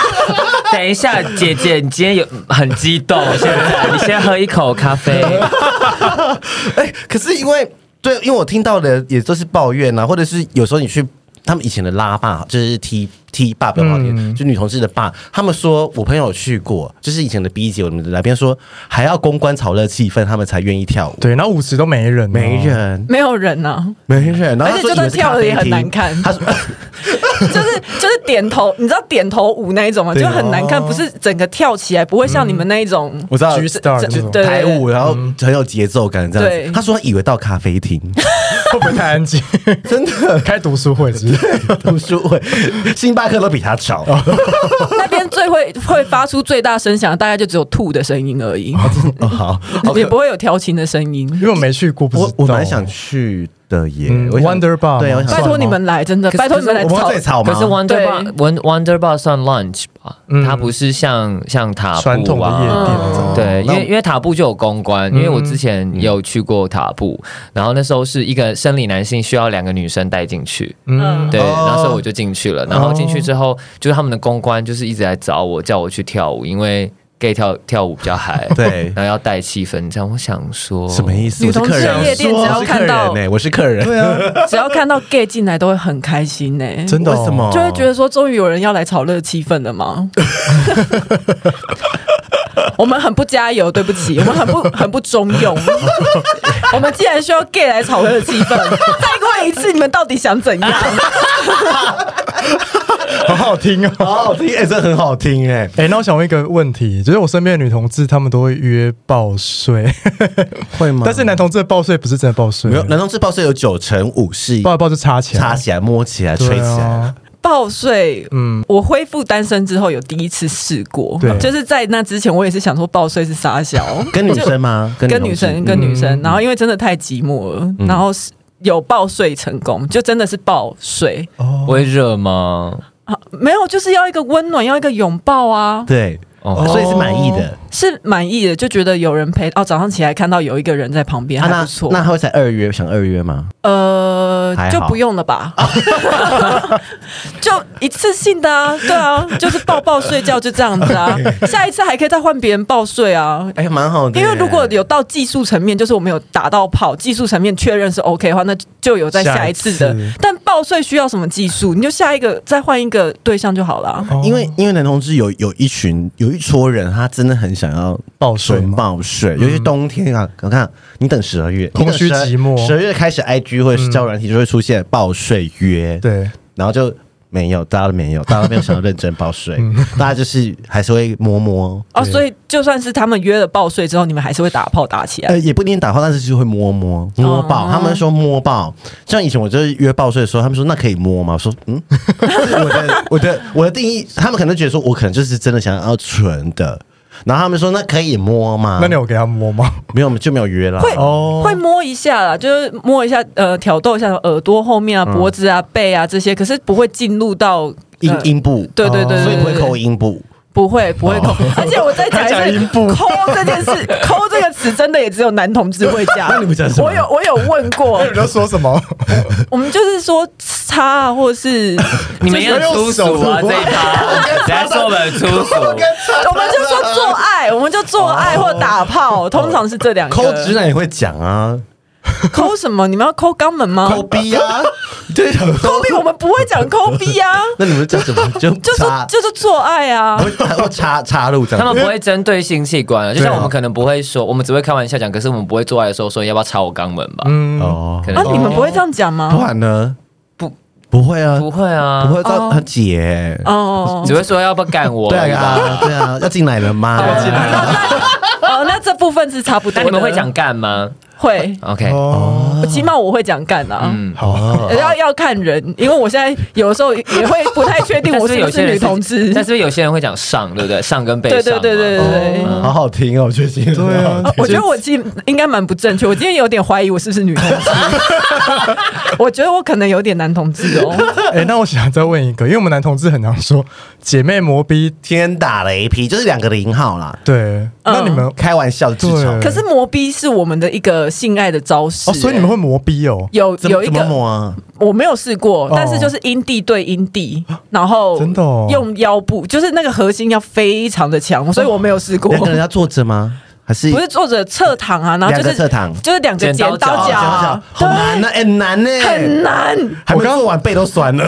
等一下，姐姐，你今天有很激动，现在你先喝一口咖 啡。 哎、可是因为对，因为我听到的也都是抱怨啊，或者是有时候你去他们以前的拉霸，就是 T T 霸不要跑嗯听，就女同志的霸，他们说我朋友有去过，就是以前的 B 姐，我们的来宾说还要公关炒热气氛，他们才愿意跳舞。对，然后舞池都没人、哦没，人，没有人啊，没嗯人，然后而他且说就你们算是跳咖的也啡很难厅看，他说 呃就是就是点头，你知道点头舞那一种吗？对就很难看，不是整个跳起来，不会像你们那一种。我知道 G Star 这那种对排舞，然后嗯很有节奏感这样对子。他说他以为到咖啡厅， 会不会太安静？真的开读书会是不是？读书会，星巴克都比他吵。 哦那边最会会发出最大声响的，大概就只有吐的声音而已，哦好，也不会有调情的声音。 因为我没去过，不知我道。我蛮想去的耶。嗯我想 Wonder Bar 对，我想拜托你们来，真的，可是拜托你们来我们吵会。吵吗？可是 Wonder 对 Bar Won- Wonder Bar 算 lunch 吧，嗯它不是像像塔传布统的夜啊。店嗯这样。对，因那为因为塔布就有公嗯关，因为我之前有去过塔布，然后那时候是一个生理男性需要两个女生带进去，嗯，对，哦，那时候我就进去了，然后进去之后，就是他们的公关就是一直来找我，叫我去跳舞，因为 gay 跳跳舞比较嗨 对 然后要带气氛，这样我想说什么意思？女我是同志客人，夜店我是只要看到客人欸我是客人，对啊，只要看到 gay 进来，都会很开心呢、真的哦为什么？就会觉得说，终于有人要来炒热气氛了吗？ 我们很不加油，对不起，我们很不很不中用。我们既然需要 gay 来炒热气氛，再过一次，你们到底想怎样？好好听哦。好好 听，哎，这很好听哎。哎、那我想问一个问题，就是我身边的女同志，她们都会约报 税，会吗但是男同志的报税不是真的报税，哦没有，男同志报税有九成五是报一报就差钱，插起来、摸起来、对吹起来啊。，报税，嗯嗯，我恢复单身之后有第一次试过对，就是在那之前我也是想说报税是傻小，跟女生吗？就跟跟女同志生跟女生，然后因为真的太寂寞了，然后是有报税成功，就真的是报税，哦，不会热吗？啊没有就是要一个温暖，要一个拥抱啊，对，哦所以是满意的。是满意的，就觉得有人陪，哦，早上起来看到有一个人在旁边啊还那不错，那他会在二约想二约吗？呃还，好就不用 了吧，就一次性的啊，对啊，就是抱抱睡觉就这样子 啊，下一次还可以再换别人抱睡啊。哎，蛮好的耶。因为如果有到技术层面，就是我们有打到跑，技术层面确认是 OK 的话，那就有在下一次的。下一次但报税需要什么技术？你就下一个再换一个对象就好了啊。因为因为男同志有有一群有一撮人，他真的很想要报税纯嘛报税，尤其冬天啊，我看你等十二月，空虚寂寞十二月开始 IG 或者是交友软体就会出现报税约，，对，然后就没有，大家都没有，大家都没有想要认真报税，大家就是还是会摸摸。哦，所以就算是他们约了报税之后，你们还是会打炮打起来。呃，也不一定打炮，但是就会摸哦摸摸爆。他们说摸爆，像以前我就是约报税的时候，他们说那可以摸吗？我说嗯， 我的我的我的定义，他们可能觉得说我可能就是真的想要纯的，然后他们说那可以摸吗？那你有给她摸吗？没有就没有约啦。会哦会摸一下啦，就是摸一下，呃，挑逗一下耳朵后面啊、脖子啊、背啊这些，可是不会进入到呃阴阴哦部，对对对所对以对不会对扣阴部。不会不会抠，而且我再讲他讲一阴次，部抠这 件事，抠这个词真的也只有男同志会讲。那你们讲什么我有我有问过 那，你在说什么？我们就是说擦啊，或是你们也很粗俗啊，这一趴，等 下说 我们粗俗。我们就说做爱，我们就做爱或打炮，通常是这两个。抠哦直男也会讲啊，抠什么？你们要抠肛门吗？抠逼 啊，对，抠逼我们不会讲抠逼啊，那你们叫什么？就就是插，就是做爱啊。会会插插入这他样子。们不会针对性器官啊，就像对啊我们可能不会说，我们只会开玩笑讲，可是我们不会做爱的时候说要不要插我肛门吧？嗯，啊哦可能啊，你们不会这样讲吗？不然呢？不不不会啊，不会啊，不会到欸哦他姐，哦 哦只会说要不要干我，对啊，对啊，要进来了吗？要进来了。哦，哦，那这部分是差不多的。那你们会讲干吗会， ？OK，哦，我起码我会讲干啊。嗯，好， 要要看人，因为我现在有的时候也会不太确定 但哎我是是有不些是人女同志。但是有些人会讲上，对不对？上跟被上对嘛，对对对对对。哦好好听哦，我觉得今天对啊呃我觉得我今应该蛮不正确，我今天有点怀疑我是不是女同志， 我觉得我可能有点男同志哦。 哎、那我想再问一个，因为我们男同志很常说姐妹磨逼，天打雷劈，就是两个零号啦，对，那你们哦开玩笑的至少对可是磨逼是我们的一个性爱的招式、欸哦，所以你们会磨逼哦，有怎么有一怎么个抹啊？我没有试过哦，但是就是阴蒂对阴蒂，然后真的哦用腰部，就是那个核心要非常的强，所以我没有试过两。个人要坐着吗？还是不是坐着侧躺啊，然后两就个是侧躺？就是两个剪刀剪脚刀脚讲啊讲，好难呢，哎难呢，很难。还没做完背都酸了。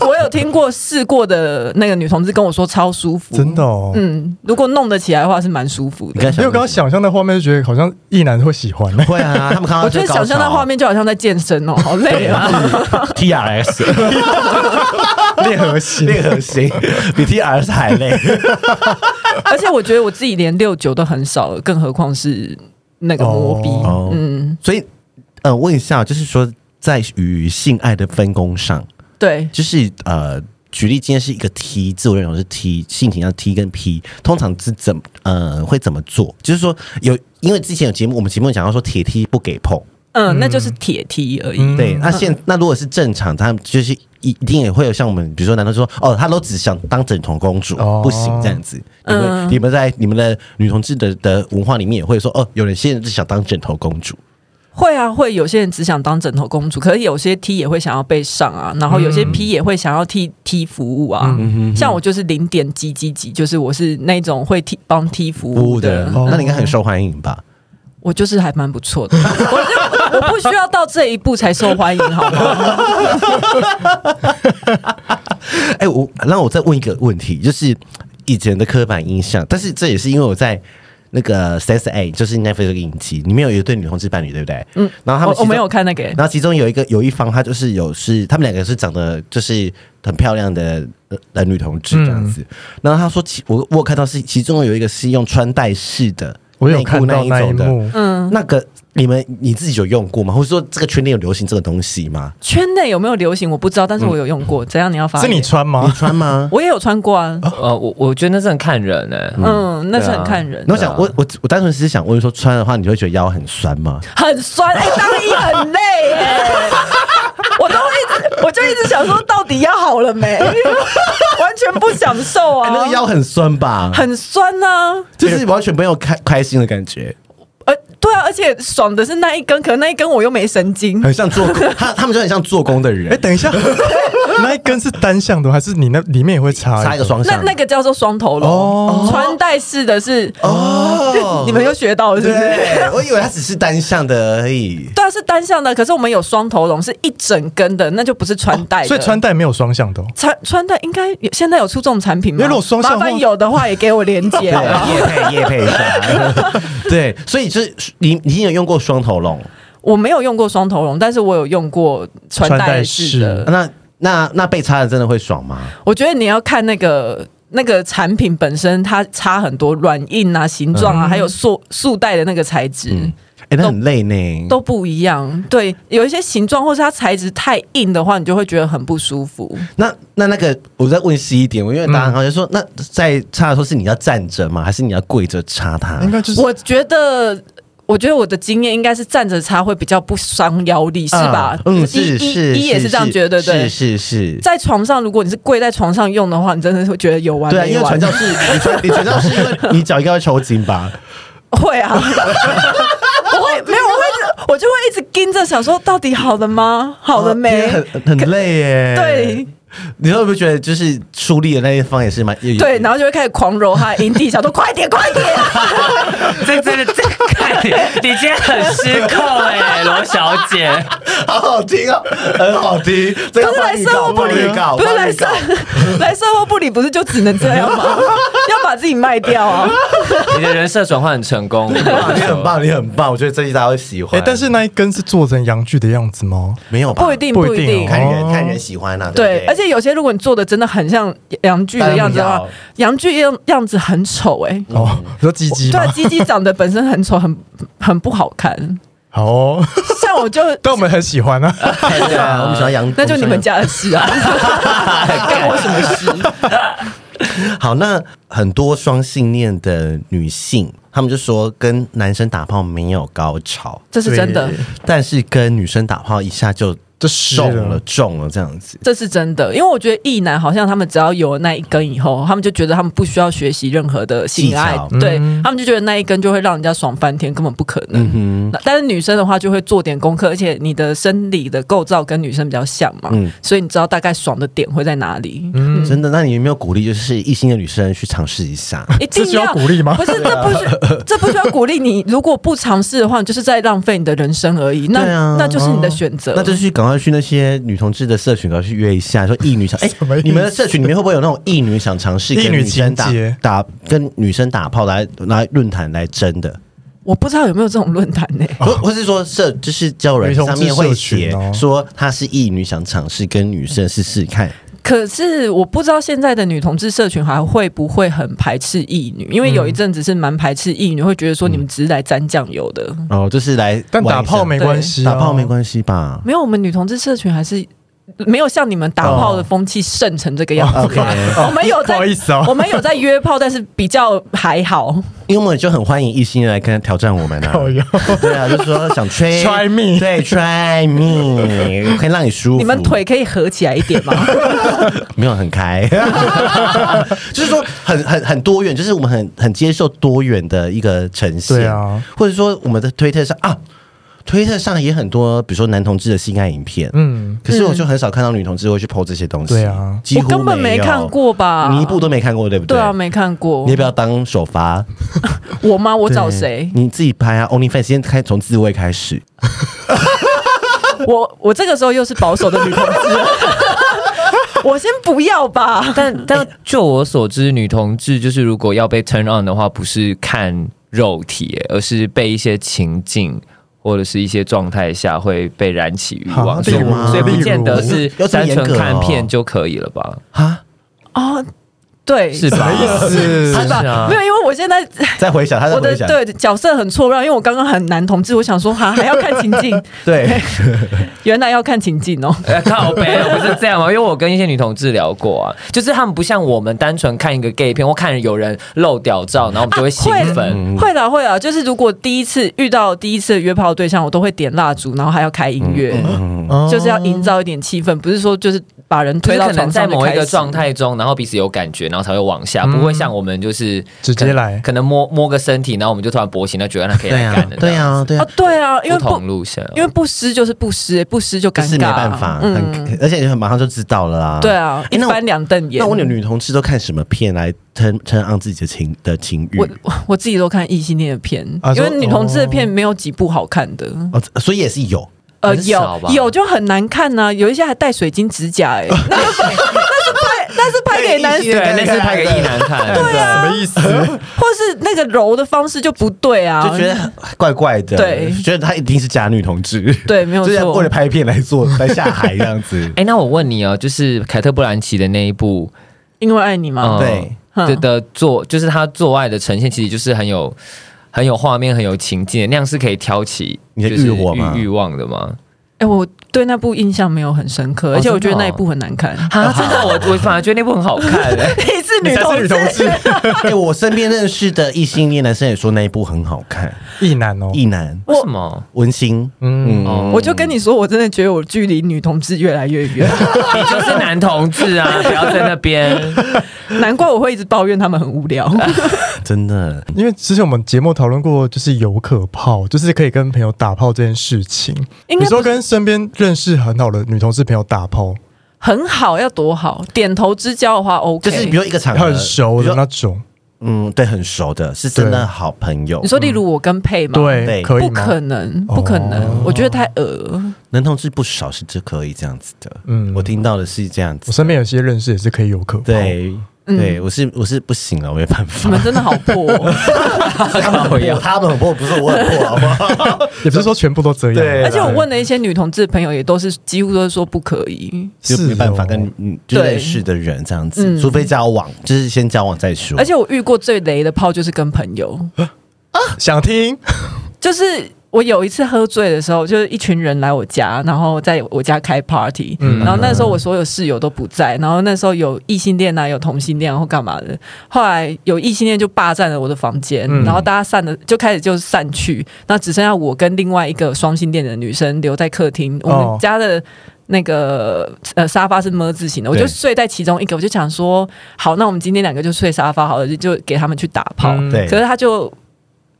我有听过试过的那个女同志跟我说超舒服，真的哦。嗯，如果弄得起来的话是蛮舒服你的。看，因为我刚刚想象的画面，就觉得好像异男会喜欢、欸会啊，他们看到我觉得想象那画面就好像在健身哦，好累啊！ ，T R S 练核心，练核心比 T R S 还累。 而且我觉得我自己连六九都很少了，更何况是那个磨逼。哦哦，嗯，所以呃，问一下，就是说在与性爱的分工上，对，就是呃。举例，今天是一个 T，自我认同是 T，性倾向 T 跟 P，通常是怎么呃会怎么做？就是说有，因为之前有节目，我们节目讲到说铁 T 不给碰，嗯，那就是铁梯而已。嗯对，那现那如果是正常，他们就是一一定也会有像我们，比如说，男同说哦，他都只想当枕头公主，哦不行这样子。你们、嗯你们在你们的女同志的的文化里面也会说哦，有人现在只想当枕头公主，会啊，会有些人只想当枕头公主，可是有些 T 也会想要被上啊，然后有些 P 也会想要替 T 服务啊。像我就是零点几几几，就是我是那种会替帮 T 服务的，哦那你应该很受欢迎吧？我就是还蛮不错的。 我就我不需要到这一步才受欢迎，好吗？哎、我那我再问一个问题，就是以前的刻板印象，但是这也是因为我在。那个 Sense A 就是 Netflix 的影集，里面有一对女同志伴侣，对不对？嗯，然哦后他们我其我中没有看那个、欸然后其中有一个有一方，她就是有是他们两个是长得就是很漂亮的呃男女同志嗯这样子。然后她说其我我有看到是其中有一个是用穿戴式的我有内裤看到那一一种的，幕，嗯，那个你们你自己有用过吗？或者说这个圈内有流行这个东西吗？圈内有没有流行我不知道，但是我有用过。怎样？你要发？是你？穿你吗？穿吗？我也有穿过啊。呃，我我觉得那是很看人呢。嗯，那是对很啊看人的。那我想，我我我单纯只是想问说，穿的话你会觉得腰很酸吗？很酸，哎、当一很 累耶、我都一直，我就一直想说，到底要好了 没？完全不享受啊，哎那个腰很酸吧？ 很酸呐、啊。就是完全没有开开心的感觉，呃，对啊，而且爽的是那一根，可那一根我又没神经，很像做工， 他他们就很像做工的哎、人，等一下，那一根是单向的吗，还是你那里面也会插插一个？双那向。那个叫做双头龙，哦穿戴式的是，哦 你们又学到了是不是？对，我以为它只是单向的而已。对啊，是单向的，可是我们有双头龙，是一整根的，那就不是穿戴的、哦所以穿戴没有双向的、哦。穿穿戴应该有现在有出这种产品吗？因为如果双向的麻话啊烦有的话也给我连接。啊 对，啊叶 配叶配一下。 对，所以就是你，你有用过双头龙？我没有用过双头龙，但是我有用过穿戴式穿戴的。那那那被插的真的会爽吗？我觉得你要看那个那个产品本身，它差很多，软硬啊、形状啊，还有束束带的那个材质。嗯，哎、那很累呢。都不一样，对，有一些形状或是它材质太硬的话，你就会觉得很不舒服。那那那个，我再问细一点，因为大家好像说，那在插的时候是你要站着吗？还是你要跪着插它？应该就是我觉得，我觉得我的经验应该是站着插会比较不伤腰力，是吧啊？嗯，一是一是，一也是这样觉得，对不对是。是是。在床上，如果你是跪在床上用的话，你真的会觉得有完对啊，因没为完传。教士，你传你传教士， 因为你脚应该会抽筋吧？会 哦啊，我会没有，我会一直我就会一直盯着想说，到底好了吗？好了没哦？天很很累耶。对，你会不会觉得就是出力的那一方也是蛮也 对，然后就会开始狂揉他的阴蒂，想说快点快点，这这这，看 你今天很失控哎、罗小姐。 好好听哦，很好听。这个可是放来预生告，活 不放理预，告，不是放来预生告。 来生活不理，不是就只能这样吗？ 要把自己卖掉啊！你的人设转换很成 功，哇你很棒，你很棒，我觉得这一大家会喜欢。哎，但是那一根是做成阳具的样子吗？没有吧？不一定，不一不一定定哦。看人看人喜欢啊。对，不而且有些如果你做的真的很像洋剧的样子的当然话不要，洋剧样样子很丑哎、哦，你说鸡鸡对啊吗，？鸡鸡长得本身很丑，很很不好看。好哦， 像我就，但我们很喜欢啊。对啊，我们喜欢杨， 那就你我们喜欢家的事啊，干我什么事？杨。好，那很多双性恋的女性，她们就说跟男生打炮没有高潮， 这是真的对，但是跟女生打炮一下 就就湿中了了，中了这样子。这是真的。因为我觉得异男好像他们只要有了那一根以后，他们就觉得他们不需要学习任何的性爱技巧，对、嗯他们就觉得那一根就会让人家爽翻天，根本不可能。嗯那但是女生的话就会做点功课，而且你的生理的构造跟女生比较像嘛，嗯所以你知道大概爽的点会在哪里。嗯哼，真的，那你有没有鼓励就是异性的女生去尝试一下？一这定需要鼓励吗不？是，这不是，这不需要鼓励你。如果不尝试的话，你就是在浪费你的人生而已。那、对啊那就是你的选择。那就去赶快去那些女同志的社群，赶快去约一下，说异女想哎、什么意思你们的社群里面会不会有那种异女想尝试异跟女女生打情节打跟女生打炮来来论坛来争的？我不知道有没有这种论坛 呢、或或是说社就是交友软女件同上志面会社群写哦说她是异女想尝试跟女生试试看，可是我不知道现在的女同志社群还会不会很排斥异女，因为有一阵子是蛮排斥异女，会觉得说你们只是来沾酱油的。哦，就是来但打玩一下炮没关系啊，打炮没关系吧？没有，我们女同志社群还是没有像你们打炮的风气盛成这个啊样子。我们有不在哦好，意思啊我。们有在约炮，但是比较还好。因为我们就很欢迎异性人来跟挑战我 们啊。靠腰对啊，就说 想吹 Try me 对，try me，可以让你舒服。你们腿可以合起来一点吗？没有很开， 就是说很很很多元，就是我们很很接受多元的一个呈现，对啊，或者说我们的推特上啊，推特上也很多，比如说男同志的性爱影片，嗯，可是我就很少看到女同志会去 PO 这些东西，对啊几乎我根本没没有看过吧你一部都没看过，对不对对啊，没看过你要。不要当首发？我吗？我找谁？你自己拍啊！OnlyFans 先开从自慰开始，我我这个时候又是保守的女同志，我先不要吧。 但但就我所知，女同志就是如果要被 turn on 的话，不是看肉体，欸而是被一些情境。或者是一些状态下会被燃起欲望，啊所以例如啊所以不见得例是如有这么单严格纯哦看片就可以了吧？哦，对，是吧？是是吧？是啊没有，因为我现在再回想，他再我的回想，对角色很错乱，因为我刚刚很男同志，我想说哈还要看情 境， 对，原来要看情境哦。呃靠北不是这样吗？因为我跟一些女同志聊过啊，就是他们不像我们单纯看一个 gay 片，或看有人露屌照，然后我们就会兴奋。嗯会啦会啦，就是如果第一次遇到第一次的约炮对象，我都会点蜡烛，然后还要开音乐，嗯哦就是要营造一点气氛，不是说就是把人就推是到可能床在上就某一开个始状态中，然后彼此有感觉，然后才会往下，嗯不会像我们就是直接可能来可能摸摸个身体，然后我们就突然勃起，那觉得那可以对来啊干的，，对啊，对啊啊，，对啊，这因为样子，不不同路线啊，因为不湿就是不湿、不湿就可尴尬，嗯是没办法，很而且你很马上就知道了啦。对啊，诶一那我翻两瞪眼。那我女女同志都看什么片来撑撑昂自己的情的情欲我？我我自己都看异性恋的片啊，因为说女同志的片没有几部好看的。哦，所以也是有，呃，很少有吧有就很难看呐，有一些还戴水晶指甲，哎，那个拍那是拍那是拍给男，对，那是拍给异男看，。对啊，什么意思？或是那个揉的方式就不对啊，就觉得怪怪的，对觉得她一定是假女同志，对，没有就是为错了。拍片来做 来下海这样子哎，那我问你哦，就是凯特·布兰奇的那一部，因为爱你嘛，嗯对，哼的的做，就是他做爱的呈现，其实就是很有很有画面、很有情境的，那样是可以挑起你的就是欲火吗欲欲望的吗？哎，我对那部印象没有很深刻，而且我觉得真的哦那一部很难看。。啊，真的，我我反而觉得那部很好 看、欸你是你才是女同 志，哎，我身边认识的异性恋男生也说那一部很好看，异男哦，异男为什么？温馨，嗯，哦我就跟你说，我真的觉得我距离女同志越来越远， 你就是男同志啊，不要在那 边。难怪我会一直抱怨他们很无聊。真的。因为之前我们节目讨论过，就是有可炮，就是可以跟朋友打炮这件事情。应比如该不说跟身边认识很好的女同事朋友打炮，很好，要多好，点头之交的话 OK。就是比如一个场合很熟比的如那说种，嗯，对，很熟的，是真的好朋友你。说，例如我跟佩嘛，，对，对可以不吗？可能，不可哦能，我觉得太恶。 男同志不少是这可以这样子的，嗯嗯，我听到的是这样我子，身边有些认识也是可以有可无，对。嗯对，我是我是不行了，我没办你 法。们真的好破，哦他们很破， 他们很破，不是我很破，好 不好？也不是说全部都这样。对而且我问了一些女同志朋友，也都是几乎都是说不可以。是就哦没办法跟你就认识的人这样子，嗯除非交往，就是先交往再说。而且我遇过最雷的炮就是跟朋友，想听，就是我有一次喝醉的时候，就是一群人来我家，然后在我家开 party，、嗯然后那时候我所有室友都不在，然后那时候有异性恋啊，有同性恋啊，然后干嘛的。后来有异性恋就霸占了我的房间，嗯然后大家散的就开始就散去，那只剩下我跟另外一个双性恋的女生留在客厅，我哦们家的。那个呃沙发是么字形的，我就对睡在其中一个，我就想说，好，那我们今天两个就睡沙发好了，就就给他们去打炮。嗯对可是他就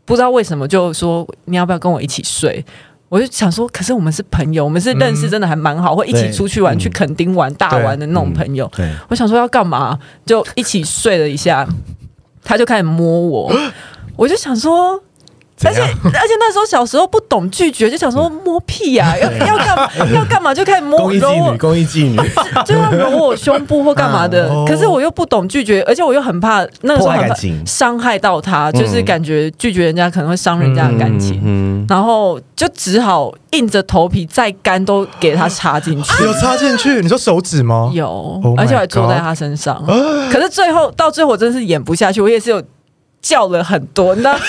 不知道为什么就说你要不要跟我一起睡。我就想说，可是我们是朋友，我们是认识，真的还蛮好，会一起对出去玩，嗯去垦丁玩、大玩的那种朋友。对，我想说要干嘛，就一起睡了一下，他就开始摸我， 我就想说。而啊且而且那时候小时候不懂拒绝，就想说摸屁 呀、要要干嘛要干嘛就开始摸公益揉妓我女，，公益妓女，就要揉我胸部或干嘛 的。嗯哦可是我又不懂拒绝，而且我又很怕那个时破候坏很怕感情，伤害到他，就是感觉拒绝人家可能会伤人家的 感情，嗯，然后就只好硬着头皮再干都给他插进去。有插进去，你说手指吗？有哦 Oh my 啊而且我还坐在他身上。可是最后到最后，我真是演不下去，我也是有叫了很多。那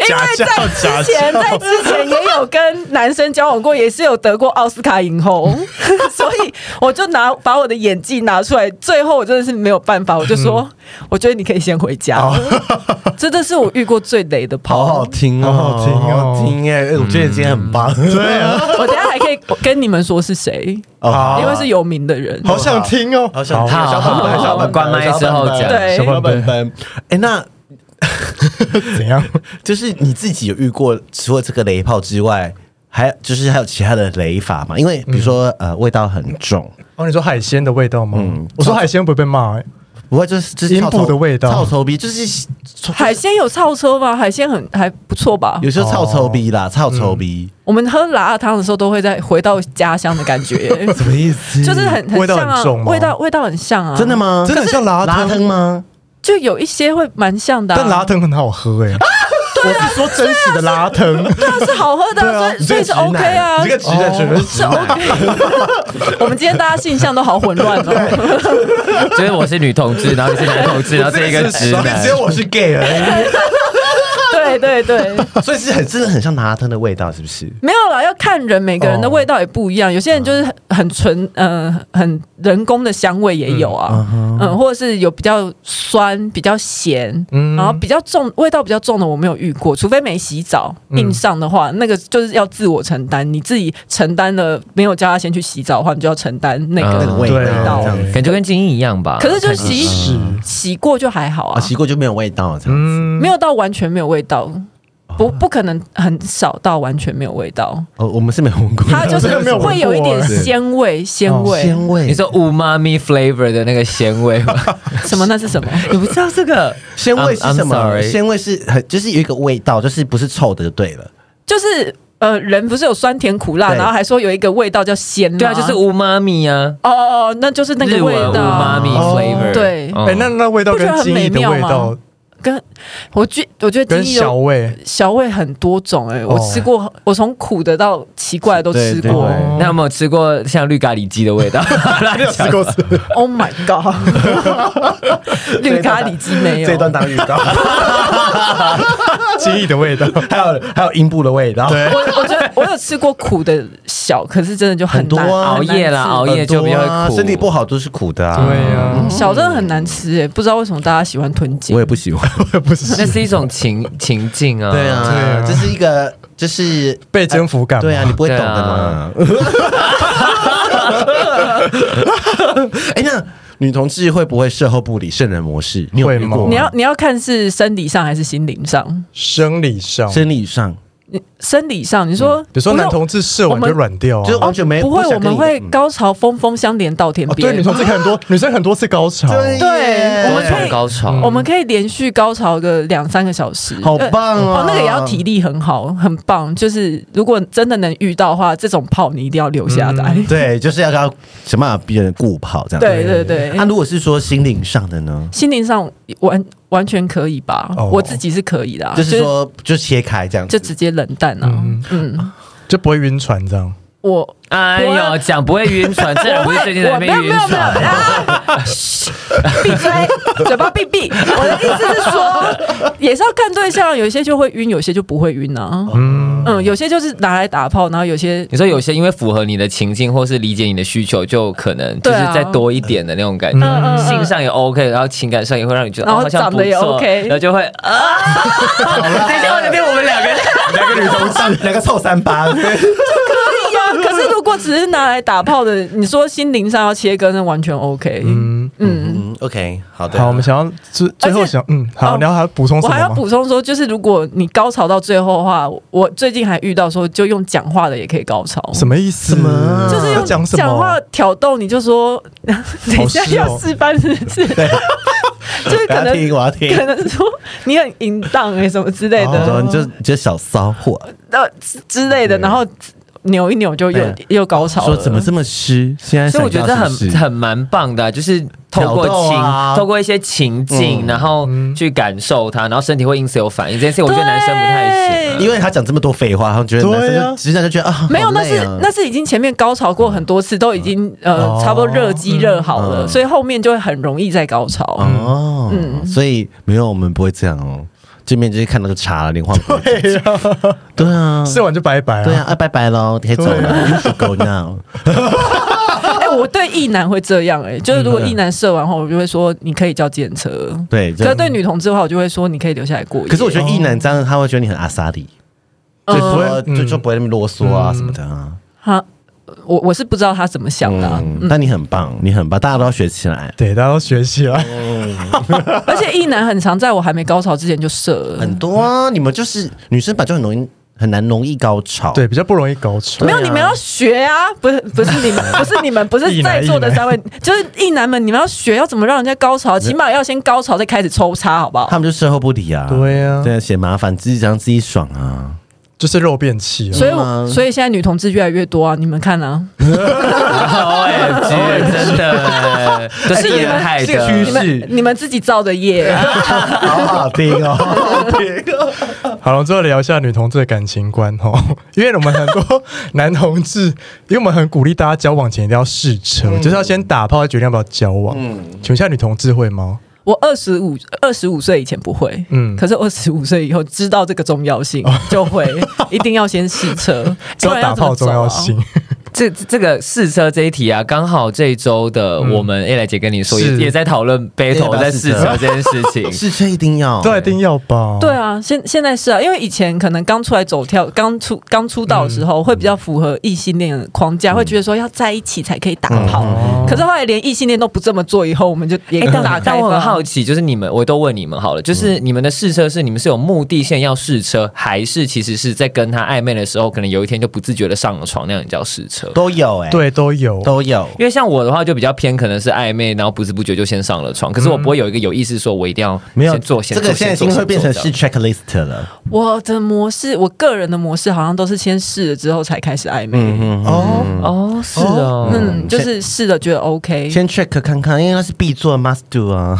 因为在之前，在之前也有跟男生交往过，也是有得过奥斯卡影后， 所以我就拿把我的演技拿出来。最后我真的是没有办法，我就说，嗯我觉得你可以先回家哦了。 真的是我遇过最雷的好炮好。听哦，好好听哦好好听哎，我觉得今天很棒，对 啊，我等一下还可以跟你们说是谁，好因为是有名的人。好想听啊哦，哦好想听好小本本，好小本本，关麦之后讲对小本本。哎，那怎样？就是你自己有遇过除了这个雷炮之外，还就是还有其他的雷法嘛？因为比如说呃，味道很重，哦，你说海鲜的味道吗？嗯我说海鲜不会被骂、欸，不过就是就是阴部臭头的味道臭头鼻就是 海鲜有超车吗？海鲜很还不错吧？有时候臭臭逼啦，臭臭逼、我们喝辣辣汤的时候都会再回到家乡的感觉，什么意思就是很味很道像啊很重，吗味道味道很像啊，真的？吗？嗯真的很像拉拉汤，疼吗？就有一些会蛮像的、啊，但拉藤很好喝啊哎、我是说真实的拉藤，当然是好喝的、所以所以是 OK 啊哦你。 这个直男绝对是是 OK，我们今天大家性向都好混乱哦。就是我是女同志，然后你是男同志，啊然后是一个直男只，有我是 gay 而对对对，已，所以是很真的很像拿疼的味道，是不是？没有啦，要看人，每个人的味道也不一样。有些人就是很很纯，嗯、很人工的香味也有啊，嗯，或者是有比较酸、比较咸，嗯然后比较重味道比较重的我没有遇过，除非没洗澡嗯硬上的话，那个就是要自我承担，你自己承担了，没有叫他先去洗澡的话，你就要承担那嗯个。那个味对啊道这样子，感觉跟精英一样吧。可是就是洗是洗过就还好啊，啊，洗过就没有味道这样子。嗯哦没有到完全没有味道。不，不可能很少到完全没有味道，哦，我们是没有闻过，它就是真的没有闻过会有一点欸鲜味，鲜哦味鲜味，你说五妈咪 flavor 的那个鲜味吗？什么？那是什么？ 你不知道这个鲜味是什 I'm- I'm 么？ sorry 鲜味是很就是有一个味道，就是不是臭的就对了。就是呃，人不是有酸甜苦辣，对然后还说有一个味道叫鲜吗，对啊，就是乌妈咪啊，哦哦，哦那就是那日个味文乌妈道咪。哦 flavor。对嗯哎、那那味道跟精益的味道跟我觉我觉得跟精益有小 味小味很多种哎、我吃过，我从苦的到奇怪的都吃哦对过。对那有没有吃过像绿咖喱鸡的味道？ 没有吃过是 Oh my god！绿咖喱鸡没有，这一段当预告， 精益的味道，啊还有还有阴部的味道。对，我我觉得我有吃过苦的小，可是真的就很很多难啊熬夜啦，熬夜就比较会苦，身体不好都是苦的啊。对呀、小真的很难吃哎、不知道为什么大家喜欢吞我金也。不喜欢。我也不是那是一种情情境啊。对对啊啊，这是一个，就是被征服感嘛，哎对啊，你不会懂的嘛。啊 哎，那女同志会不会事后不理圣人模式？你有会遇吗过吗你要你要看是生理上还是心灵上？生理上生理上生理上，你嗯说，比如说不男用哦同志射完就软掉啊，就是完全没不会，想我跟们你会嗯高潮峰峰相连到天哦，边。对，女同志可以很多，女生很多次高潮，对我多们可以重高潮，我们可以连续高潮个两三个小时，好棒呃哦哦！那个也要体力很好，很棒。就是如果真的能遇到的话，这种炮你一定要留下来。对，就是要要想办法逼人顾好这样。 对对对，那、如果是说心灵上的呢？心灵上完完全可以吧？哦我自己是可以的、啊，就是说就切开这样就子，直接冷淡啊。嗯嗯，就不会晕船这样。我哎我呦，要讲不会 晕船，这人不是最近在那我没有边没晕有没有船。啊！嘘闭嘴，嘴巴闭闭。我的意思是说，也是要看对象，有些就会晕，有些就不会晕啊。嗯，嗯，有些就是拿来打炮，然后有些你说有些因为符合你的情境或是理解你的需求，就可能就对是啊再多一点的那种感嗯觉，嗯嗯性上也 OK，然后情感上也会让你觉得然后哦好像长不得也错 OK 然后就会啊， 等一下我这边我们两个两个女同志，两个臭 三八，对呀、可是如果只是拿来打炮的，你说心灵上要切割，那完全 OK。嗯 嗯，OK，好的，好，我们想要最最后想，嗯，好，哦你要还要补充什我么还要吗？补充说，就是如果你高潮到最后的话，我最近还遇到说，就用讲话的也可以高潮。什么意思？什么就是要用讲什么？讲话挑逗，你就说，等一下湿哦哦要示范是不是？ 就是我可要听，能我要听哦可。能说你很淫荡哎、什么之类我哦说的，你就你就小骚货，呃之之类的，对然后扭一扭就又对又高潮了。说怎么这么湿？现在所以我觉得这想到是很不是很蛮棒的啊、就是透过挑逗情、啊透过一些情境，嗯然后去感受它，然后身体会因此有反应。这件事情我觉得男生不太行啊、因为他讲这么多废话，然后觉得男对啊生就直男就觉得啊，没有，好那累是啊那是已经前面高潮过很多次，都已经呃哦差不多热机热好嗯了，所以后面就会很容易再高潮。哦，所以没有我们不会这样哦，见面就是看到就查了，连话不会对 啊，对啊，射完就拜拜啊。对啊，，啊拜拜喽，可以走对了，you should go now。哎，我对异男会这样，哎，就是如果嗯异男射完后，我就会说你可以叫检车。对，这可样是对女同志的话，我就会说你可以留下来过夜。可是我觉得一男这样他会觉得你很阿萨里，就不会说嗯就就不会那么啰嗦啊嗯什么的啊。哈，我我是不知道他怎么想的啊，嗯，但你很棒，你很棒，大家都要学起来。对，大家都学习了。啊而且异男很常在我还没高潮之前就射了。很多啊，你们就是女生吧，就很容易很难容易高潮。对，比较不容易高啊潮没。有，你们要学啊！不是，不是 你们，不是你们，不是在座的三位，就是异男们，你们要学要怎么让人家高潮，起码要先高潮再开始抽插，好不好？他们就事后不理啊，对啊对，嫌麻烦，自己让自己爽啊。就是肉变器啊。所以嗯啊我，所以现在女同志越来越多啊！你们看啊， O M G，真哎的，这是这也个 害这个的趋你势。们你们自己造 的业，好好听哦，好了，最后聊一下女同志的感情观哈， 因为我们很多男同志，因为我们很鼓励大家交往前一定要试车，嗯就是要先打炮再决定要不要交往。嗯请问一下，女同志会吗？我二十五二十五岁以前不会，嗯嗯，可是二十五岁以后知道这个重要性，就 会一定要先试车，知不道然打要怎炮么重走啊 要性，这这个试车这一题啊，刚好这一周的我嗯们 A 来姐跟你说，也是也在讨论要不 battle 要在试试车车这件事 情。试车一定要， 对，一定要吧？对啊，现现在是啊，因为以前可能刚出来走跳，刚出刚出道的时嗯候，会比较符合异性恋的框架，会觉得说要在一起才可以打嗯炮。哦啊可是后来连异性恋都不这么做，以后我们就也 哎，但打开但我很放。好奇，就是你们，我都问你们好了，就是你们的试车是你们是有目的性要试车，还是其实是在跟他暧昧的时候，可能有一天就不自觉的上了床，那样叫试车？都有哎，对，都有。都有。因为像我的话，就比较偏可能是暧昧，然后不知不觉就先上了床，可是我不会有一个有意识说我一定要没有先做，先这个做现在已先经做会变成先做是 checklist 了。我的模式，我个人的模式好像都是先试了之后才开始暧昧。嗯哼，哦，哦，是哦，嗯，就是试了觉得 OK，先 check 看看，因为它是必做 must do 啊。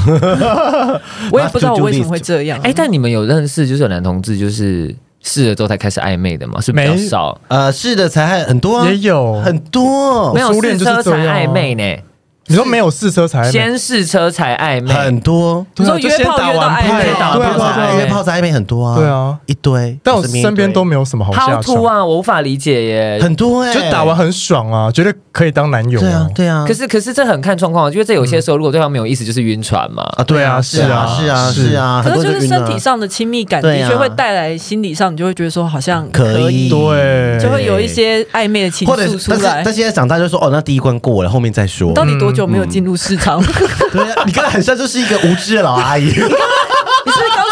我也不知道我为什么会这样。哎，但你们有认识就是有男同志就是试了之后才开始暧昧的吗？是比较没少， 呃，是的，才很很多啊，也有很多，没有哦初恋试就是车才这样啊暧昧呢，你说没有试车才暧昧先试车才暧昧，很多。对啊，你就说约先炮打约到完暧炮，昧对啊，对炮啊打对啊完炮仔，因为炮仔暧昧很多啊，对啊一堆。但我身边一身边堆都没有什么好下 How to 场，啊，我无法理解耶。很多哎，就打完很爽啊，觉得可以当男友对啊，对嗯啊，可是可是这很看状况，因为这有些时候如果对方没有意思，就是晕船 嘛。啊，对啊，是啊，是啊，是啊，很可多是就人是晕啊身体上的亲密感，的对啊确会带来心理上，你就会觉得说好像可以，对就会有一些暧昧的情或者是愫出但是来但。现在长大就说哦，那第一关过了，后面再说 你。到底多嗯 久没有进入市场？你是 对啊，你刚才很像就是一个无知的老阿姨，不是高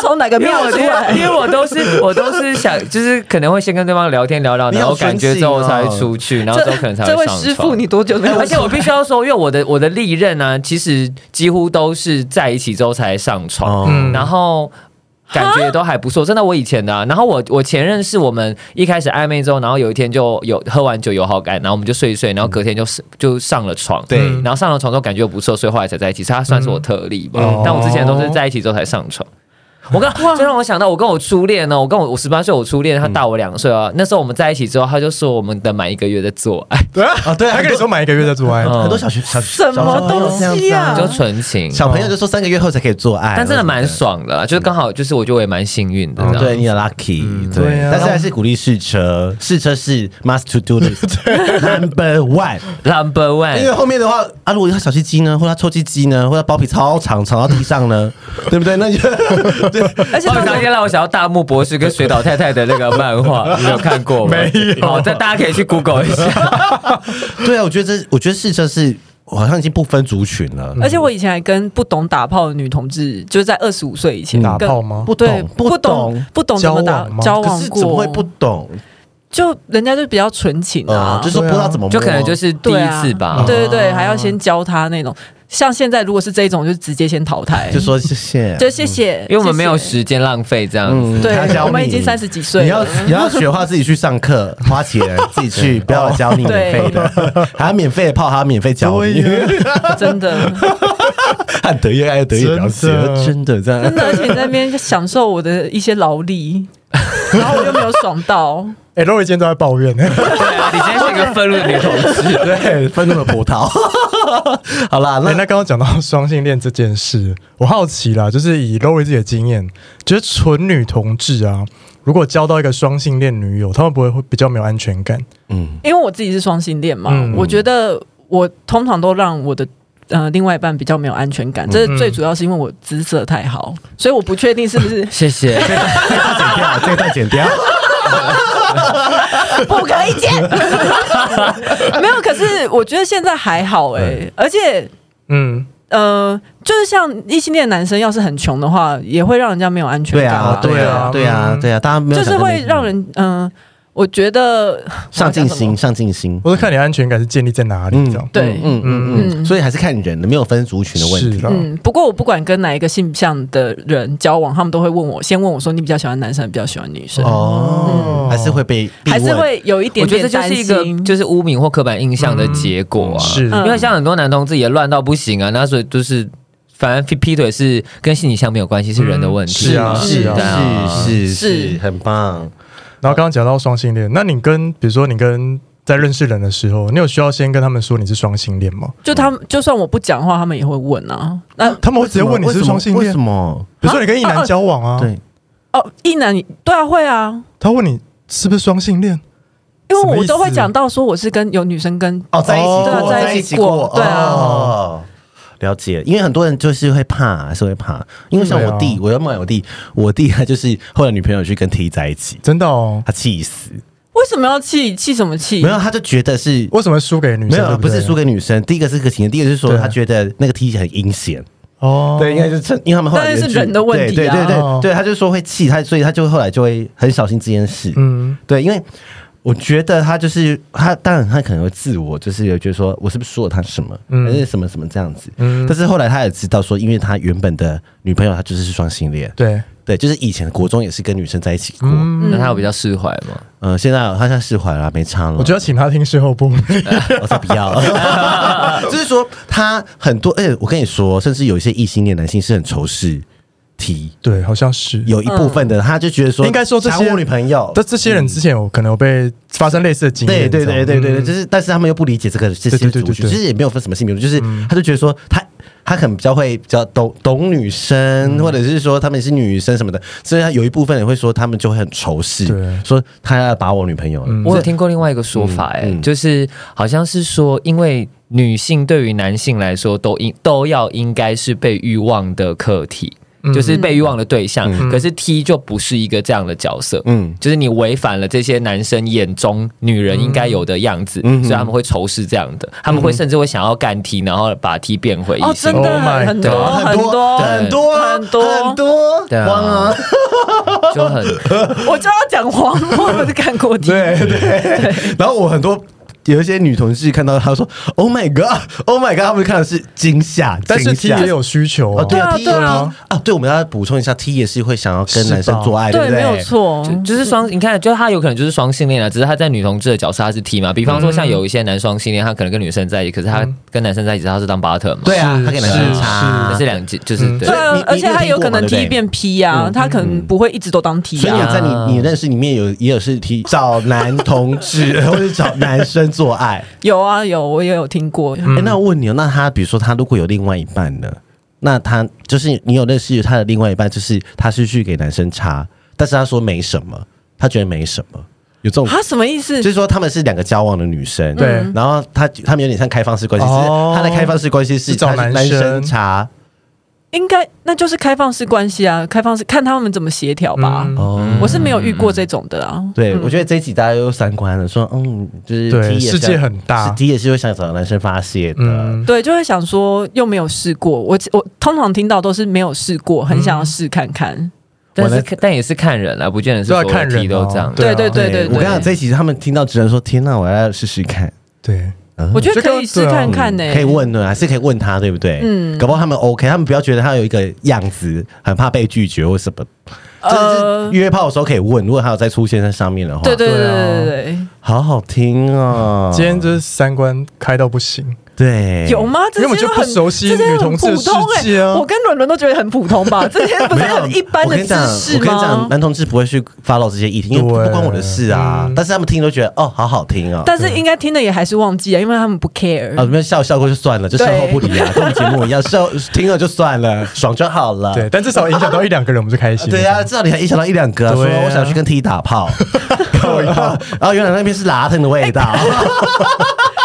从哪个因为庙我出来因？为我都 是我都是想，就是可能会先跟对方聊天聊聊，你好然后感觉之后才会出去，然后之后可能才哦这会位上师床傅，。你多 久没有？而 且我必须要说，因为我的我的历任呢、其实几乎都是在一起之后才上床。哦嗯然后。感觉都还不错，真的，我以前的、啊。然后我我前任是我们一开始暧昧之后，然后有一天就有喝完酒有好感，然后我们就睡一睡，然后隔天就是就上了床。嗯对然后上了床之后感觉又不错，所以后来才在一起。所以他算是我特例吧。哦嗯但我之前都是在一起之后才上床。我刚这让我想到，我跟我初恋哦呢，我跟我我十八岁，我嗯初恋他大我两岁啊。那时候我们在一起之后，他就说我们的满一个月的做爱，对啊啊对啊他跟你说买一个月再做爱，嗯很多小学小什小么朋友东这样西子啊嗯呀？就纯情，小朋友就说三个月后才可以做爱，但真的蛮我觉得。爽的啦，就是刚好就是我觉得我也蛮幸运的。嗯这样对，你很 lucky，、对嗯对，啊但是还是鼓励试车，试车是 must to do list number one， Number one，因为后面的话啊，如果他小鸡鸡呢，或者他臭鸡鸡呢，或者他包皮超长长到地上呢， 对不对？那就对，而且通哦，常常间让我想到大木博士跟水岛太太的那个漫画，你有看过吗？没有好，这大家可以去 Google 一下。对啊，我觉得这，我觉得试车是我好像已经不分族群了，而且我以前还跟不懂打炮的女同志，就是在二十五岁以嗯前打跟炮吗？不对懂不懂，不懂怎么交打往吗交可往是过，怎么会不懂？就人家就比较纯情呃，，啊就是说不知道怎么摸，就可能就是第对一啊次吧。对对对，还要先教他那种。像现在如果是这种，就直接先淘汰，就嗯说谢谢，就谢谢，因为我们没有谢谢时间浪费这样子。对他教，我们你已经三十几岁你要了。你要学的话，自己去上 课，花钱自己去，不要教你免费的，还要免费的泡，还要免费教对你， 呀， 真的，和得越爱得越了解真的，真的这样真。的，而且你在那边享受我的一些劳力， 然后我又没有爽到， 哎，Lori 今天都在抱 怨，对啊，你今天是一个愤怒的女同志。 对，愤怒的葡萄。 好 啦，哎、那那刚刚讲到双性恋这件事，啊我好奇啦，就是以 Lori 自己的经验，觉得纯女同志啊，如果交到一个双性恋女友，他们不会会比较没有安全感？嗯，因为我自己是双性恋嘛，嗯我觉得我通常都让我的。呃，另外一半比较没有安全感，嗯这是最主要是因为我姿色太好，所以我不确定是 不是谢谢。哎剪 掉这一段，剪掉。不可以 见。没有，可是我觉得现在还好哎、而且嗯，呃，就是像异性恋男生，要是很穷的话，也会让人家没有安全对感、啊，对啊，对啊，嗯对啊，大家没有就是想到会那让人嗯、呃我觉得上进，我要讲什么心，上进心。我是看你安全感是建立在哪里这样。对嗯嗯嗯，所以还是看人的，没有分族群的问是题。啦，嗯，不过我不管跟哪一个性向的人交往，他们都会问我，先问我说你比较喜欢男生，还是比较喜欢女生，哦，还是会被逼还是问会有一我点觉得这点就担是心。一个就是污名或刻板印象的结果啊。是因为像很多男同志也乱到不行啊，那所以就是反正劈劈腿是跟性倾向没有关系，是人的问题。是啊嗯是是啊是是是是，很棒。然后刚刚讲到双性恋，那你跟比如说你跟在认识人的时候，你有需要先跟他们说你是双性恋吗？就他们就算我不讲话，他们也会问啊。那他们会直接问你是双性为恋什？么？比如说你跟一男交往啊，对，哦，一男对啊会啊，他问你是不是双性恋？因什么为意我思都会讲到说我是跟有女生跟哦，在一起对啊过，在一一起起过过，对啊哦了解，因为很多人就是会怕，还是会怕。因为像我弟，对啊我要骂我弟，我弟他就是后来女朋友去跟 T 在一起，真的哦？他气死。为什么要气气什么气？没有，他就觉得是为什么会输给女生？没有，啊对不不对是输给女生。第一个是个情人，第一个是说对啊他觉得那个 T 很阴险。哦，对，应该就是趁，因为他们后来当然是原剧人的问题对对对啊对，对他就说会气他，所以他就后来就会很小心这件事。嗯。对，因为我觉得他就是他，当然他可能会自我，就是有觉得说我是不是说了他什么，嗯还是什么什么这样子。嗯但是后来他也知道说，因为他原本的女朋友她就是双性恋，对，对，就是以前国中也是跟女生在一起过，嗯、嗯，那他有比较释怀吗？现在他现在释怀了，没差了。我觉得请他听事后不理，我才不 要，就是说他很多，哎、我跟你说，甚至有一些异性恋男性是很仇视 T。对，好像是。有一部分的，他就觉得说，应该说这抢些我女朋友，但这些人之前有可能有被发生类似的经对验，对对这对样对对，就是，但是他们又不理解这个这对些嗯对对嗯族对群，对其实也没有分什么性别，就是他就觉得说他他可能比较会比较懂懂女嗯生，或者是说他们也是女生什么的，所以他有一部分人会说他们就会很仇视对，嗯说他要把我女朋友了，我有听过另外一个说法、欸，嗯嗯嗯就是好像是说，因为女性对于男性来说都应都要应该是被欲望的课题，嗯就是被欲望的对象。嗯可是 T 就不是一个这样的角色，嗯就是你违反了这些男生眼中女人应该有的样子，嗯所以他们会仇视这样的，他们会甚至会想要干 T，然后把 T 变回异哦，性真。 Oh 的 my 很多 God，很多很多啊很多很多，对啊汪啊，就很我就要讲黄，我不是看过 T，对对。 然后我很多有一些女同事看到她说，Oh my God，Oh my God，他们看的是惊吓，但是 T 惊吓也有需求哦，啊，对啊，T 对啊啊啊，对，我们要补充一下，T 也是会想要跟男生做爱，对不没有错，就就是双，你看，就他有可能就是双性恋啊，只是他在女同志的角色他是 T 嘛。比方说，像有一些男双性恋，他可能跟女生在一起，可是他跟男生在一起，他是当 bottom 嘛。对啊是，他给男生是插这是两就是嗯对。对所以你啊你，而且他有可能你有听过嘛对 T 不对变 P 啊，他可能不会一直都当 T 所以你啊。在你你认识里面有也有是 T 找男同 志或者找男生做爱，有啊有，我也有听过。嗯哎，那我问你哦，那他比如说他如果有另外一半呢？那他就是你有认识他的另外一半，就是他是去给男生插，但是他说没什么，他觉得没什么，有这种啊他什么意思就？是说他们是两个交往的女生，对嗯然后他他们有点像开放式关系，只是哦他的开放式关系是是找他是男生生查应该那就是开放式关系啊，开放式看他们怎么协调吧。嗯哦。我是没有遇过这种的啊。对，我觉得这一集大家又三观了，说嗯，就是对 T 也世是界很大是 T 也是会想找男生发泄的，嗯对，就会想说又没有试过。我我通常听到都是没有试过，很想要试看嗯看。但我来是但也是看人啦，不见得是对啊所有看人 T 都这样哦。对啊对对对我跟你讲，这一集他们听到只能说天呐，我要试试看，嗯对，哦我觉得可以这试个对啊看欸看呢、可以问的，还是可以问他，对不对？嗯，搞不好他们 OK，他们不要觉得他有一个样子，很怕被拒绝或什么。真的呃是约炮的时候可以问，如果他有再出现在上面的话，对对对对啊对对对，好好听哦。今天这三观开到不行，对有吗？这因为我些就都不很熟悉这些女很同志的普通世哎、界啊我跟伦伦都觉得很普通 吧？这些不是很一般我的跟你知讲，识我跟你讲，嗯吗？男同志不会去 follow 这些议题，因为不对不关我的事啊。嗯但是他们听都觉得哦，好好听哦。但是应该听的也还是忘记啊，因为他们不 care。啊，你们笑笑过就算了，就对笑后不理啊，跟我们节目一样， 笑听了就算了，爽就好了。对，但至少影响到一两个人，我们就开心。啊对啊，，至少你还影响到一两个啊、说对啊我想去跟 T 打炮，靠呀 然后原来那边是拉腾的味道，哎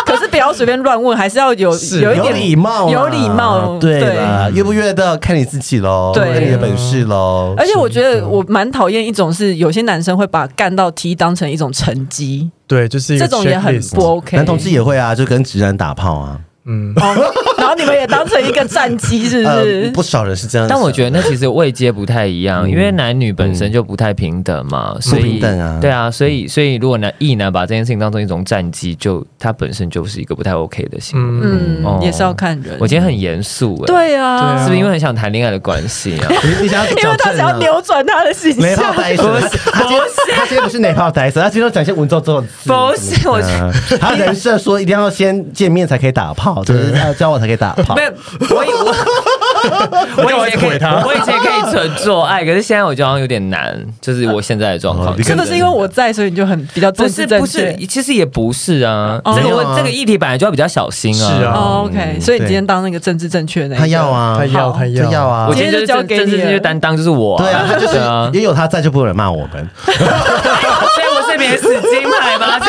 可是不要随便乱问，还是要有 是有一有点礼貌啦，啊有礼貌对对啦，约不约的看你自己喽，对看你的本事喽。而且我觉哦得我蛮讨厌一种是有些男生会把干到 T 当成一种成绩，对，就是一个这种也很 checklist 不 OK。男同志也会啊，就跟直男打炮啊，嗯，哦，然后你们也当成一个战机是不是？呃不少人是这样想的，但我觉得那其实位阶不太一样，因为男女本身就不太平等嘛，所以不平等啊对啊，所以所以如果男异男把这件事情当成一种战绩，就他本身就是一个不太 OK 的行为。嗯，哦也是要看人。我今天很严肃哎，，对啊，是不是因为很想谈恋爱的关系啊？你你想要因为矫他正想啊要扭转他的形雷炮象。呆神，他他今天他今天不是雷炮呆神，他今天都展现文绉绉的字。不是我嗯他人设说一定要先见面才可以打炮，就是要交往才可以打炮没。有，我以我 我以前可以，我以前可以纯做爱，可是现在我觉得好像有点难，就是我现在的状况哦你。是不是因为我在，所以你就很比较不政是治正不是确，其实也不是啊，哦这个没有啊问这个议题本来就要比较小心啊。是啊哦？OK，所以你今天当那个政治正确那一个嗯他要，啊，他要好他他要啊我。今天就是今天就交给政治你了正确担当就是我、对啊，他就是对啊，也有他在，就不会有人骂我们。所以我是免死金 牌吧？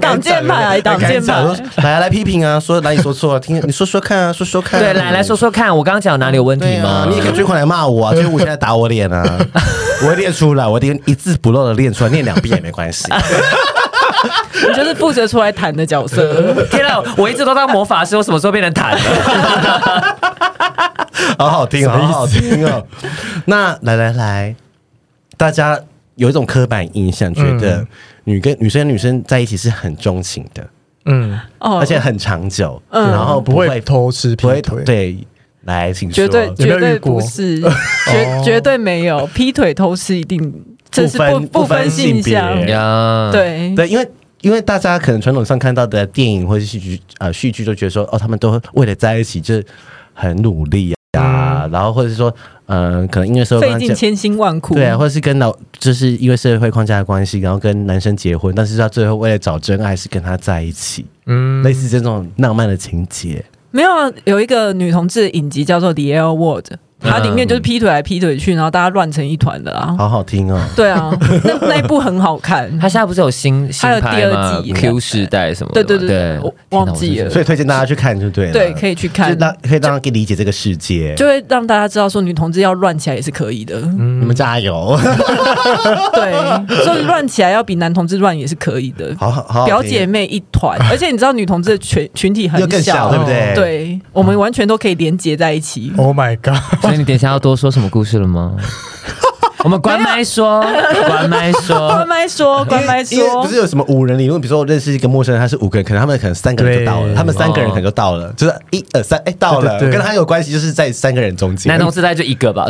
党建派啊党哎建派来来批评啊，说哪里说错了，听你说说看啊，说说看啊。对，来来说说看，我刚刚讲哪里有问对题啊吗？，你也可以追款来骂我 啊，就是我现在打我脸啊，我会练出来，我一定一字不漏的练出来，练两遍也没关系。你就是负责出来谈的角色。天啊，我一直都当魔法师，我什么时候变成坦了？好好听，什么意好思好听哦。 那来来来，大家有一种刻板印象，觉得女跟女生跟女生在一起是很钟情的，嗯，哦，而且很长久，嗯然后啊不不会会偷吃劈不会腿，对。来，请说绝对有没有绝对遇过 不是，绝绝对没有劈腿偷吃一定，这是哦不不分不不分分性性别嗯向，呀，，对。对，因为因为大家可能传统上看到的电影或者戏剧呃戏剧，都觉得说哦，他们都为了在一起就是很努力啊，然后或者是说嗯、呃可能因为社会费关系尽。千辛万苦，对啊，或者是跟老，就是因为社会框架的关系，然后跟男生结婚，但是他最后为了找真爱，是跟他在一起，嗯，类似这种浪漫的情节。嗯没有啊，有一个女同志影集叫做《The L Word》，它里面就是劈腿来劈腿去，然后大家乱成一团的啊。好好听哦。对啊，那那一部很好看。他现在不是有新新还有拍第二吗季？Q 世代什么的对吗？对对对我忘天哪记我真了是所以推荐大家去看就对了。对，可以去看就，让可以让他理解这个世界。就会让大家知道说女同志要乱起来也是可以的。你们加油，对，所以乱起来要比男同志乱也是可以的。好好好，表姐妹一团，而且你知道女同志的群群体很又更小，对不对？，对，我们完全都可以连接在一起。 Oh my god！ 所以你等一下要多说什么故事 了吗？我们关麦说，关关麦 说。麦说，关麦哦因为说不，是有什么五人理论，比如说我认识一个陌生人，他是五个人，可能他们可能三个人就到了，对他们三个人可能就到了，就是一二三，哎，到了，对对对跟他有关系，就是在三个人中间男。同志代就一个吧，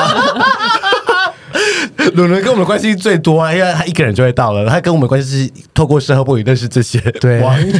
伦伦跟我们关系最多啊，因为他一个人就会到了，他跟我们关系是透过事后不语认识这些对网友，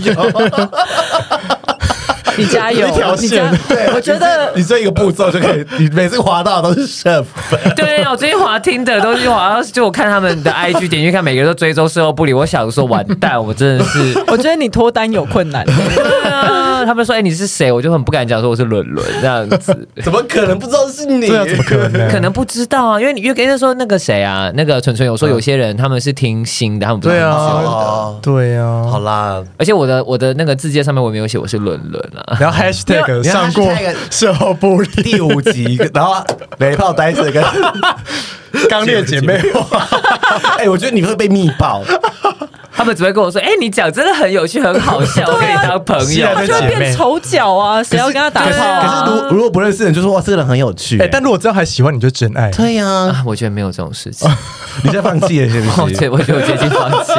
你加油，一条哎你加线，对，我觉得你这一个步骤就可以，你每次滑到的都是 chef， 对，我最近滑听的都是滑，就我看他们的 IG 点进去看，每个人都追周事后不理，我想说完蛋，我真的是，我觉得你脱单有困 难。对啊，他们说哎、你是谁，我就很不敢讲说我是伦伦这样子，怎么可能不知道是你？这要啊怎么可能？可能不知道啊，因为你因为跟人说那个谁啊，那个纯纯有说有些人他们是听新的，他们不嗯是对啊听旧的哦，对啊呀、好啦，而且我的我的那个字界上面我也没有写我是伦伦啊，然后 hashtag 你要上过 hashtag 售后不理第五集，然后雷炮呆子跟 刚烈姐妹花， 哎、我觉得你会被密爆，啊他们只会跟我说，哎、你讲真的很有趣，很好笑，我跟你当朋是友啊。他就会变丑角啊，谁要跟他打可是炮啊？可是如如果不认识的人，就说哇，这个人很有趣、哎、但如果这样还喜欢，你就真爱。对呀、啊，我觉得没有这种事 情，你在放弃了是我不觉是？得我觉得我接近放弃。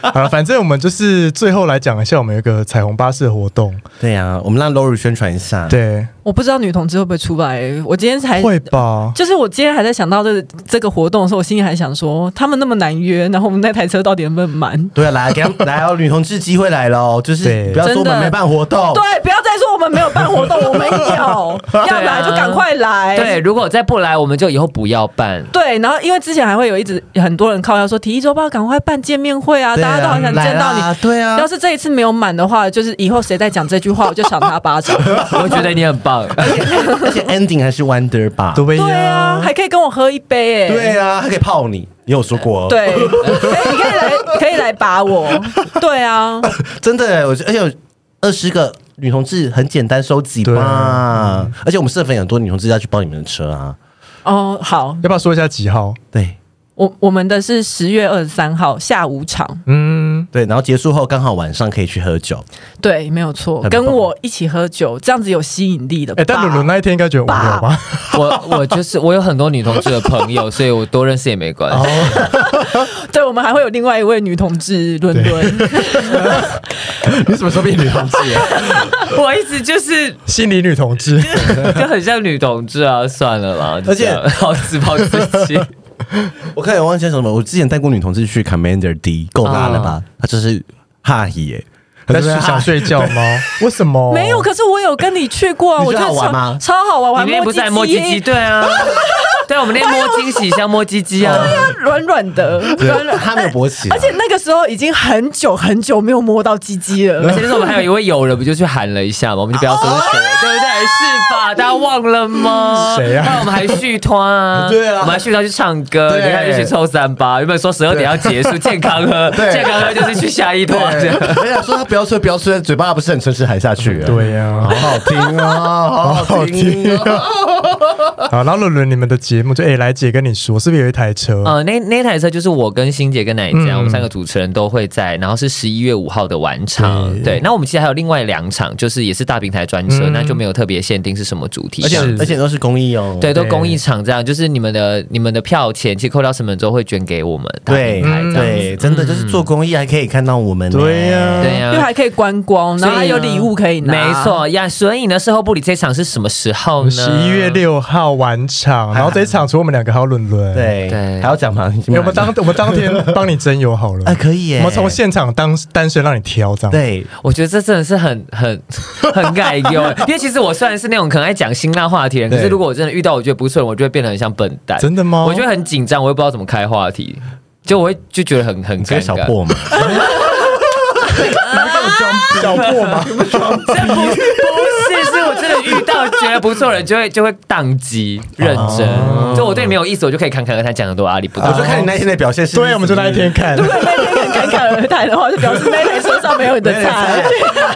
好了，反正我们就是最后来讲一下，我们有一个彩虹巴士的活动，对呀、我们让 Lori 宣传一下。，对，我不知道女同志会不会出来。欸我今天哎才会吧？就是我今天还在想到这这个活动的时候，我心里还想说，他们那么难约，然后我们那台车到底能不能满？对啊，来给他 们来哦，女同志机会来喽，就是对不要说我真们的没办活动，对，不要再说我们没有办活动，我 们有，要来就赶快来。啊对，如果再不来，我们就以后不要办。对，然后因为之前还会有一直很多人靠要说《体育周报》赶快办见面会啊，对啊大家都好想见到你来啦。对啊要是这一次没有满的话，就是以后谁再讲这句话，我就赏他巴掌。啊我觉得你很棒，而且 ending 还是 Wonder 吧。对对啊，还可以跟我喝一杯哎、对啊，他可以泡你，你有说过？，对，哎你可以来，可以来把我。对啊，真的耶，我觉得而且有二十个女同志很简单收集对啊吧，而且我们社粉有很多女同志要去包你们的车啊。哦，好，要不要说一下几号？对我我们的是十月二十三号下午场，嗯，对，然后结束后刚好晚上可以去喝酒。对，没有错，很棒跟我一起喝酒，这样子有吸引力的吧。哎、但伦伦那一天应该觉得无聊 吧？ 我我就是我有很多女同志的朋友，所以我多认识也没关系。对，我们还会有另外一位女同志伦伦，你什么时候变女同志？我一直就是心理女同志，就很像女同志啊，算了啦，就而且这样 好自暴自弃。我看有忘记叫什么，我之前带过女同志去 Commander D，够大了吧？她就是哈伊耶，但哦是她就是想睡觉吗？为什么？没有，可是我有跟你去过啊，哦你我觉觉得得好玩超吗超好玩，玩你那天不是在摸鸡鸡？，对啊，对，我们那天摸惊喜像摸鸡鸡哦啊。软软的，软软。她没有勃起啊，而且那个时候已经很久很久没有摸到鸡鸡而了，且那时候我们还有一位友人，不就去喊了一下嘛，我们就不要说是哦谁，对不对？是吧？大家忘了吗？谁啊那我们还续团 啊，对啊我们还续团去唱歌，对你看就去抽三八，原本说十二点要结束，健康喝，对健康喝就是去下一对，团这样。我想说她不要吹，不要吹，嘴巴不是很诚实喊下去。，啊对呀、好好听啊，好好听啊。好，然后伦伦，你们的节目就哎、来姐跟你说，是不是有一台车？呃，那那台车就是我跟欣姐跟奶嗯家，我们三个主持人都会在，然后是十一月五号的晚场。对，那我们其实还有另外两场，就是也是大平台专车，嗯那就没有特别限定是什么主题。而且是而且都是公益哦，对，都对公益场这样，就是你们的你们的票钱，其实扣掉成本之后会捐给我们大对平台这样对，真的就是做公益还可以看到我们哎呢。对呀对哎呀、又还可以观光，然后还有礼物可以拿，没。错呀，所以呢，事后部里这场是什么时候呢？十一月。六号晚场，然后这一场除了我们两个，还有伦伦。，对对还要讲吗？我们当我们当天帮你征友好了。啊可以耶，我们从现场当单身让你挑，这样。啊对我觉得这真的是很很很感忧，因为其实我虽然是那种很爱讲辛辣话题的人，可对是如果我真的遇到我觉得不顺，我就会变得很像笨蛋。真的吗我就会很紧张，我也不知道怎么开话题，就我会就觉得很很你这尴个小尬。破嘛，小破嘛，不是，是我真的遇到觉得不错的人就会就会宕机认真，就我对你没有意思，我就可以侃侃而谈讲很多阿里不我达就。看你那天的表现是。对，我们就那一天。看如。果那天很侃侃而谈的话，就表示那一台车上没有你的菜。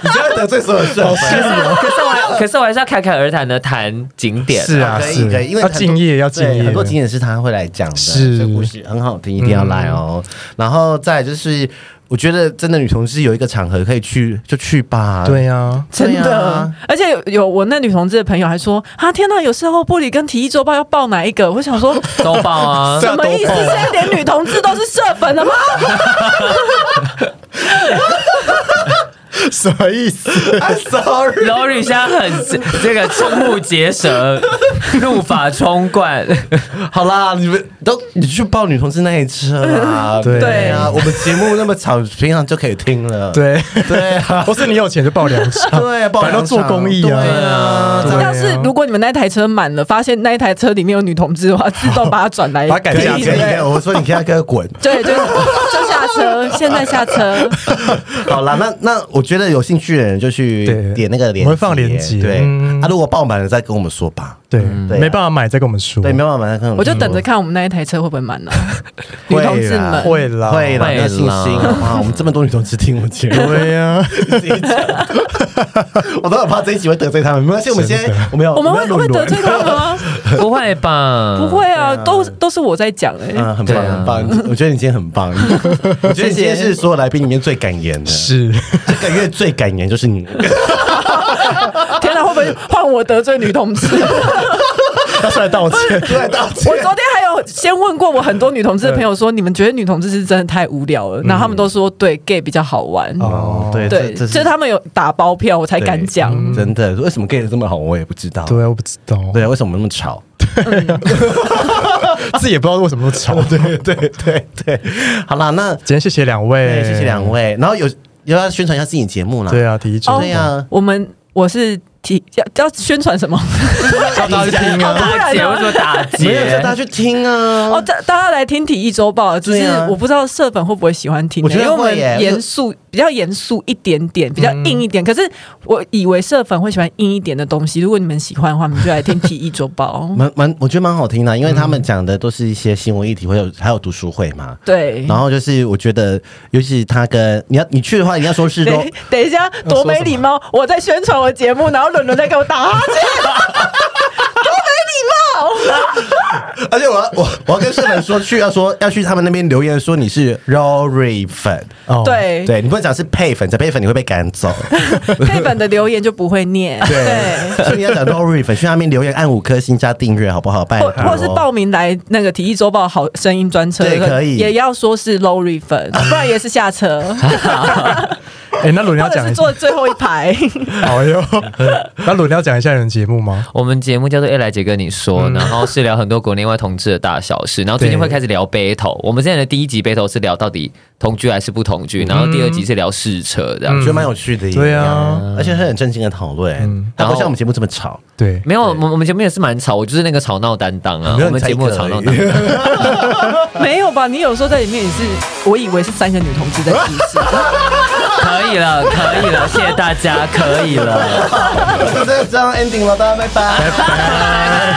你这样得罪所有社会。可是我还可是我还是要侃侃而谈的谈景点，是啊，哦可以是可以因为要很多敬业，要敬对，业，很多景点是他会来讲的，是嗯这故事很好听，一定要来哦。然后再来就是，我觉得真的女同志有一个场合可以去，就去吧。 对呀，真对的啊，而且有有我那女同志的朋友还说啊，天哪，有时候玻璃跟体育周报要报哪一个？我想说，都爆啊！什么意思？现在连女同志都是社 粉了吗？什么意 思？ ，sorry， Lori 现在很这个瞠目结舌，怒发冲冠。好啦，你们都你去报女同志那一车啦。 对啊，我们节目那么吵，平常就可以听了。 对，对啊，不是你有钱就报两场， 对，啊报反正都做公益啊对 啊，对啊要是如果你们那台车满了，发现那一台车里面有女同志的话，自动把它转来把它改可以价可以，钱可以我说你可以要跟他滚。对，就 就下车，现在下车。 好啦，那那我觉得有兴趣的人就去对点那个连，我会放链接对，嗯他如果爆满了再跟我们说吧。对，对啊没办法买再跟我们说，对，没办法，再跟们我就等说着看我们那一台车会不会满呢、啊女会啦同志们，会啦，会啦，会要信心啦好不好？我们这么多女同志听我 节目，对 呀，我都很怕这一集会得罪他们。没关系，我们现真在我们有我们会有会轮得罪他们吗？ 不会吧？ 不会啊，都都是我在讲哎、嗯，很棒，对啊很棒。我觉得你今天很棒，我觉得你今天是所有来宾里面最敢言的。是，这个月最敢言就是你，天哪，会不会换我得罪女同志？要出来道歉，对，道歉我昨天还有先问过我很多女同志的朋友说，你们觉得女同志是真的太无聊了？然后他们都说对 gay 比较好玩。哦，对对，这就这是他们有打包票，我才敢讲。真的，为什么 gay 这么好，我也不知道。对，我不知道，对，为什么那么吵？自己也不知道为什么都吵，对， 对对对，好啦，那今天谢谢两位，对，谢谢两，位。然后有有要宣传一下自己节目啦， 对啊，第一哦对呀，我们我是提要要宣传什么？大家听啊，打劫为什么打没有叫劫？大家去听啊。哦，大大家来听《体育周报》，只是对啊我不知道社粉会不会喜欢听、我觉嗯得因为我会们耶严肃比较严肃一点点，比较硬一点。可是我以为社粉会喜欢硬一点的东西，如果你们喜欢的话，你们就来听《体育周报》。 蛮蛮，我觉得蛮好听的，因为他们讲的都是一些新闻议题，会有还有读书会嘛。对，然后就是我觉得，尤其他跟你要你去的话，你要说是说等等一下，多没礼貌！我在宣传我节目，然后伦伦在给我打哈欠，多没礼貌！而且我要我我要跟社粉说去，要说 要去他们那边留言说你是 Rory 粉，哦，对 对你不能讲是配粉，讲配粉你会被赶走。配粉的留言就不会念，对。所以你要讲 Rory 粉，去那边留言按五颗星加订阅好不好？拜或托，或是报名来那个《体育周报》好声音专车，哦对可以也要说是 Lowry 粉，不然也是下车，哎，那伦要或者讲是一下，坐最后一排。 哎 呦，那伦要讲一下你们节目吗？我们节目叫做《A 来姐跟你说》，然后是聊很多国内外同志的大小事，然后最近对会开始聊 battle。我们之前的第一集 battle 是聊到底同居还是不同居，然后第二集是聊试车这样我。觉得蛮有趣的耶。嗯对啊嗯而且是很正经的讨论，它不像我们节目这么吵。对，没有，我们我们节目也是蛮吵，我就是那个吵闹担当啊。没有我们节目有吵闹担才当，没有吧？你有时候在里面也是，我以为是三个女同志在一起， 可以了，可以了，谢谢大家，可以了。就这这样 ending 了，大家拜拜。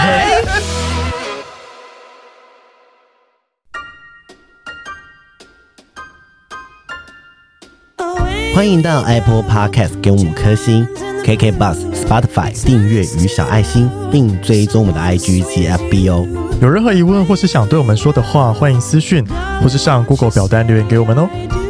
欢迎到 Apple Podcast 给我们五颗星，KK Bus、Spotify 订阅与小爱心，并追踪我们的 IG 及 FB 哦。有任何疑问或是想对我们说的话，欢迎私讯或是上 Google 表单留言给我们哦。 I do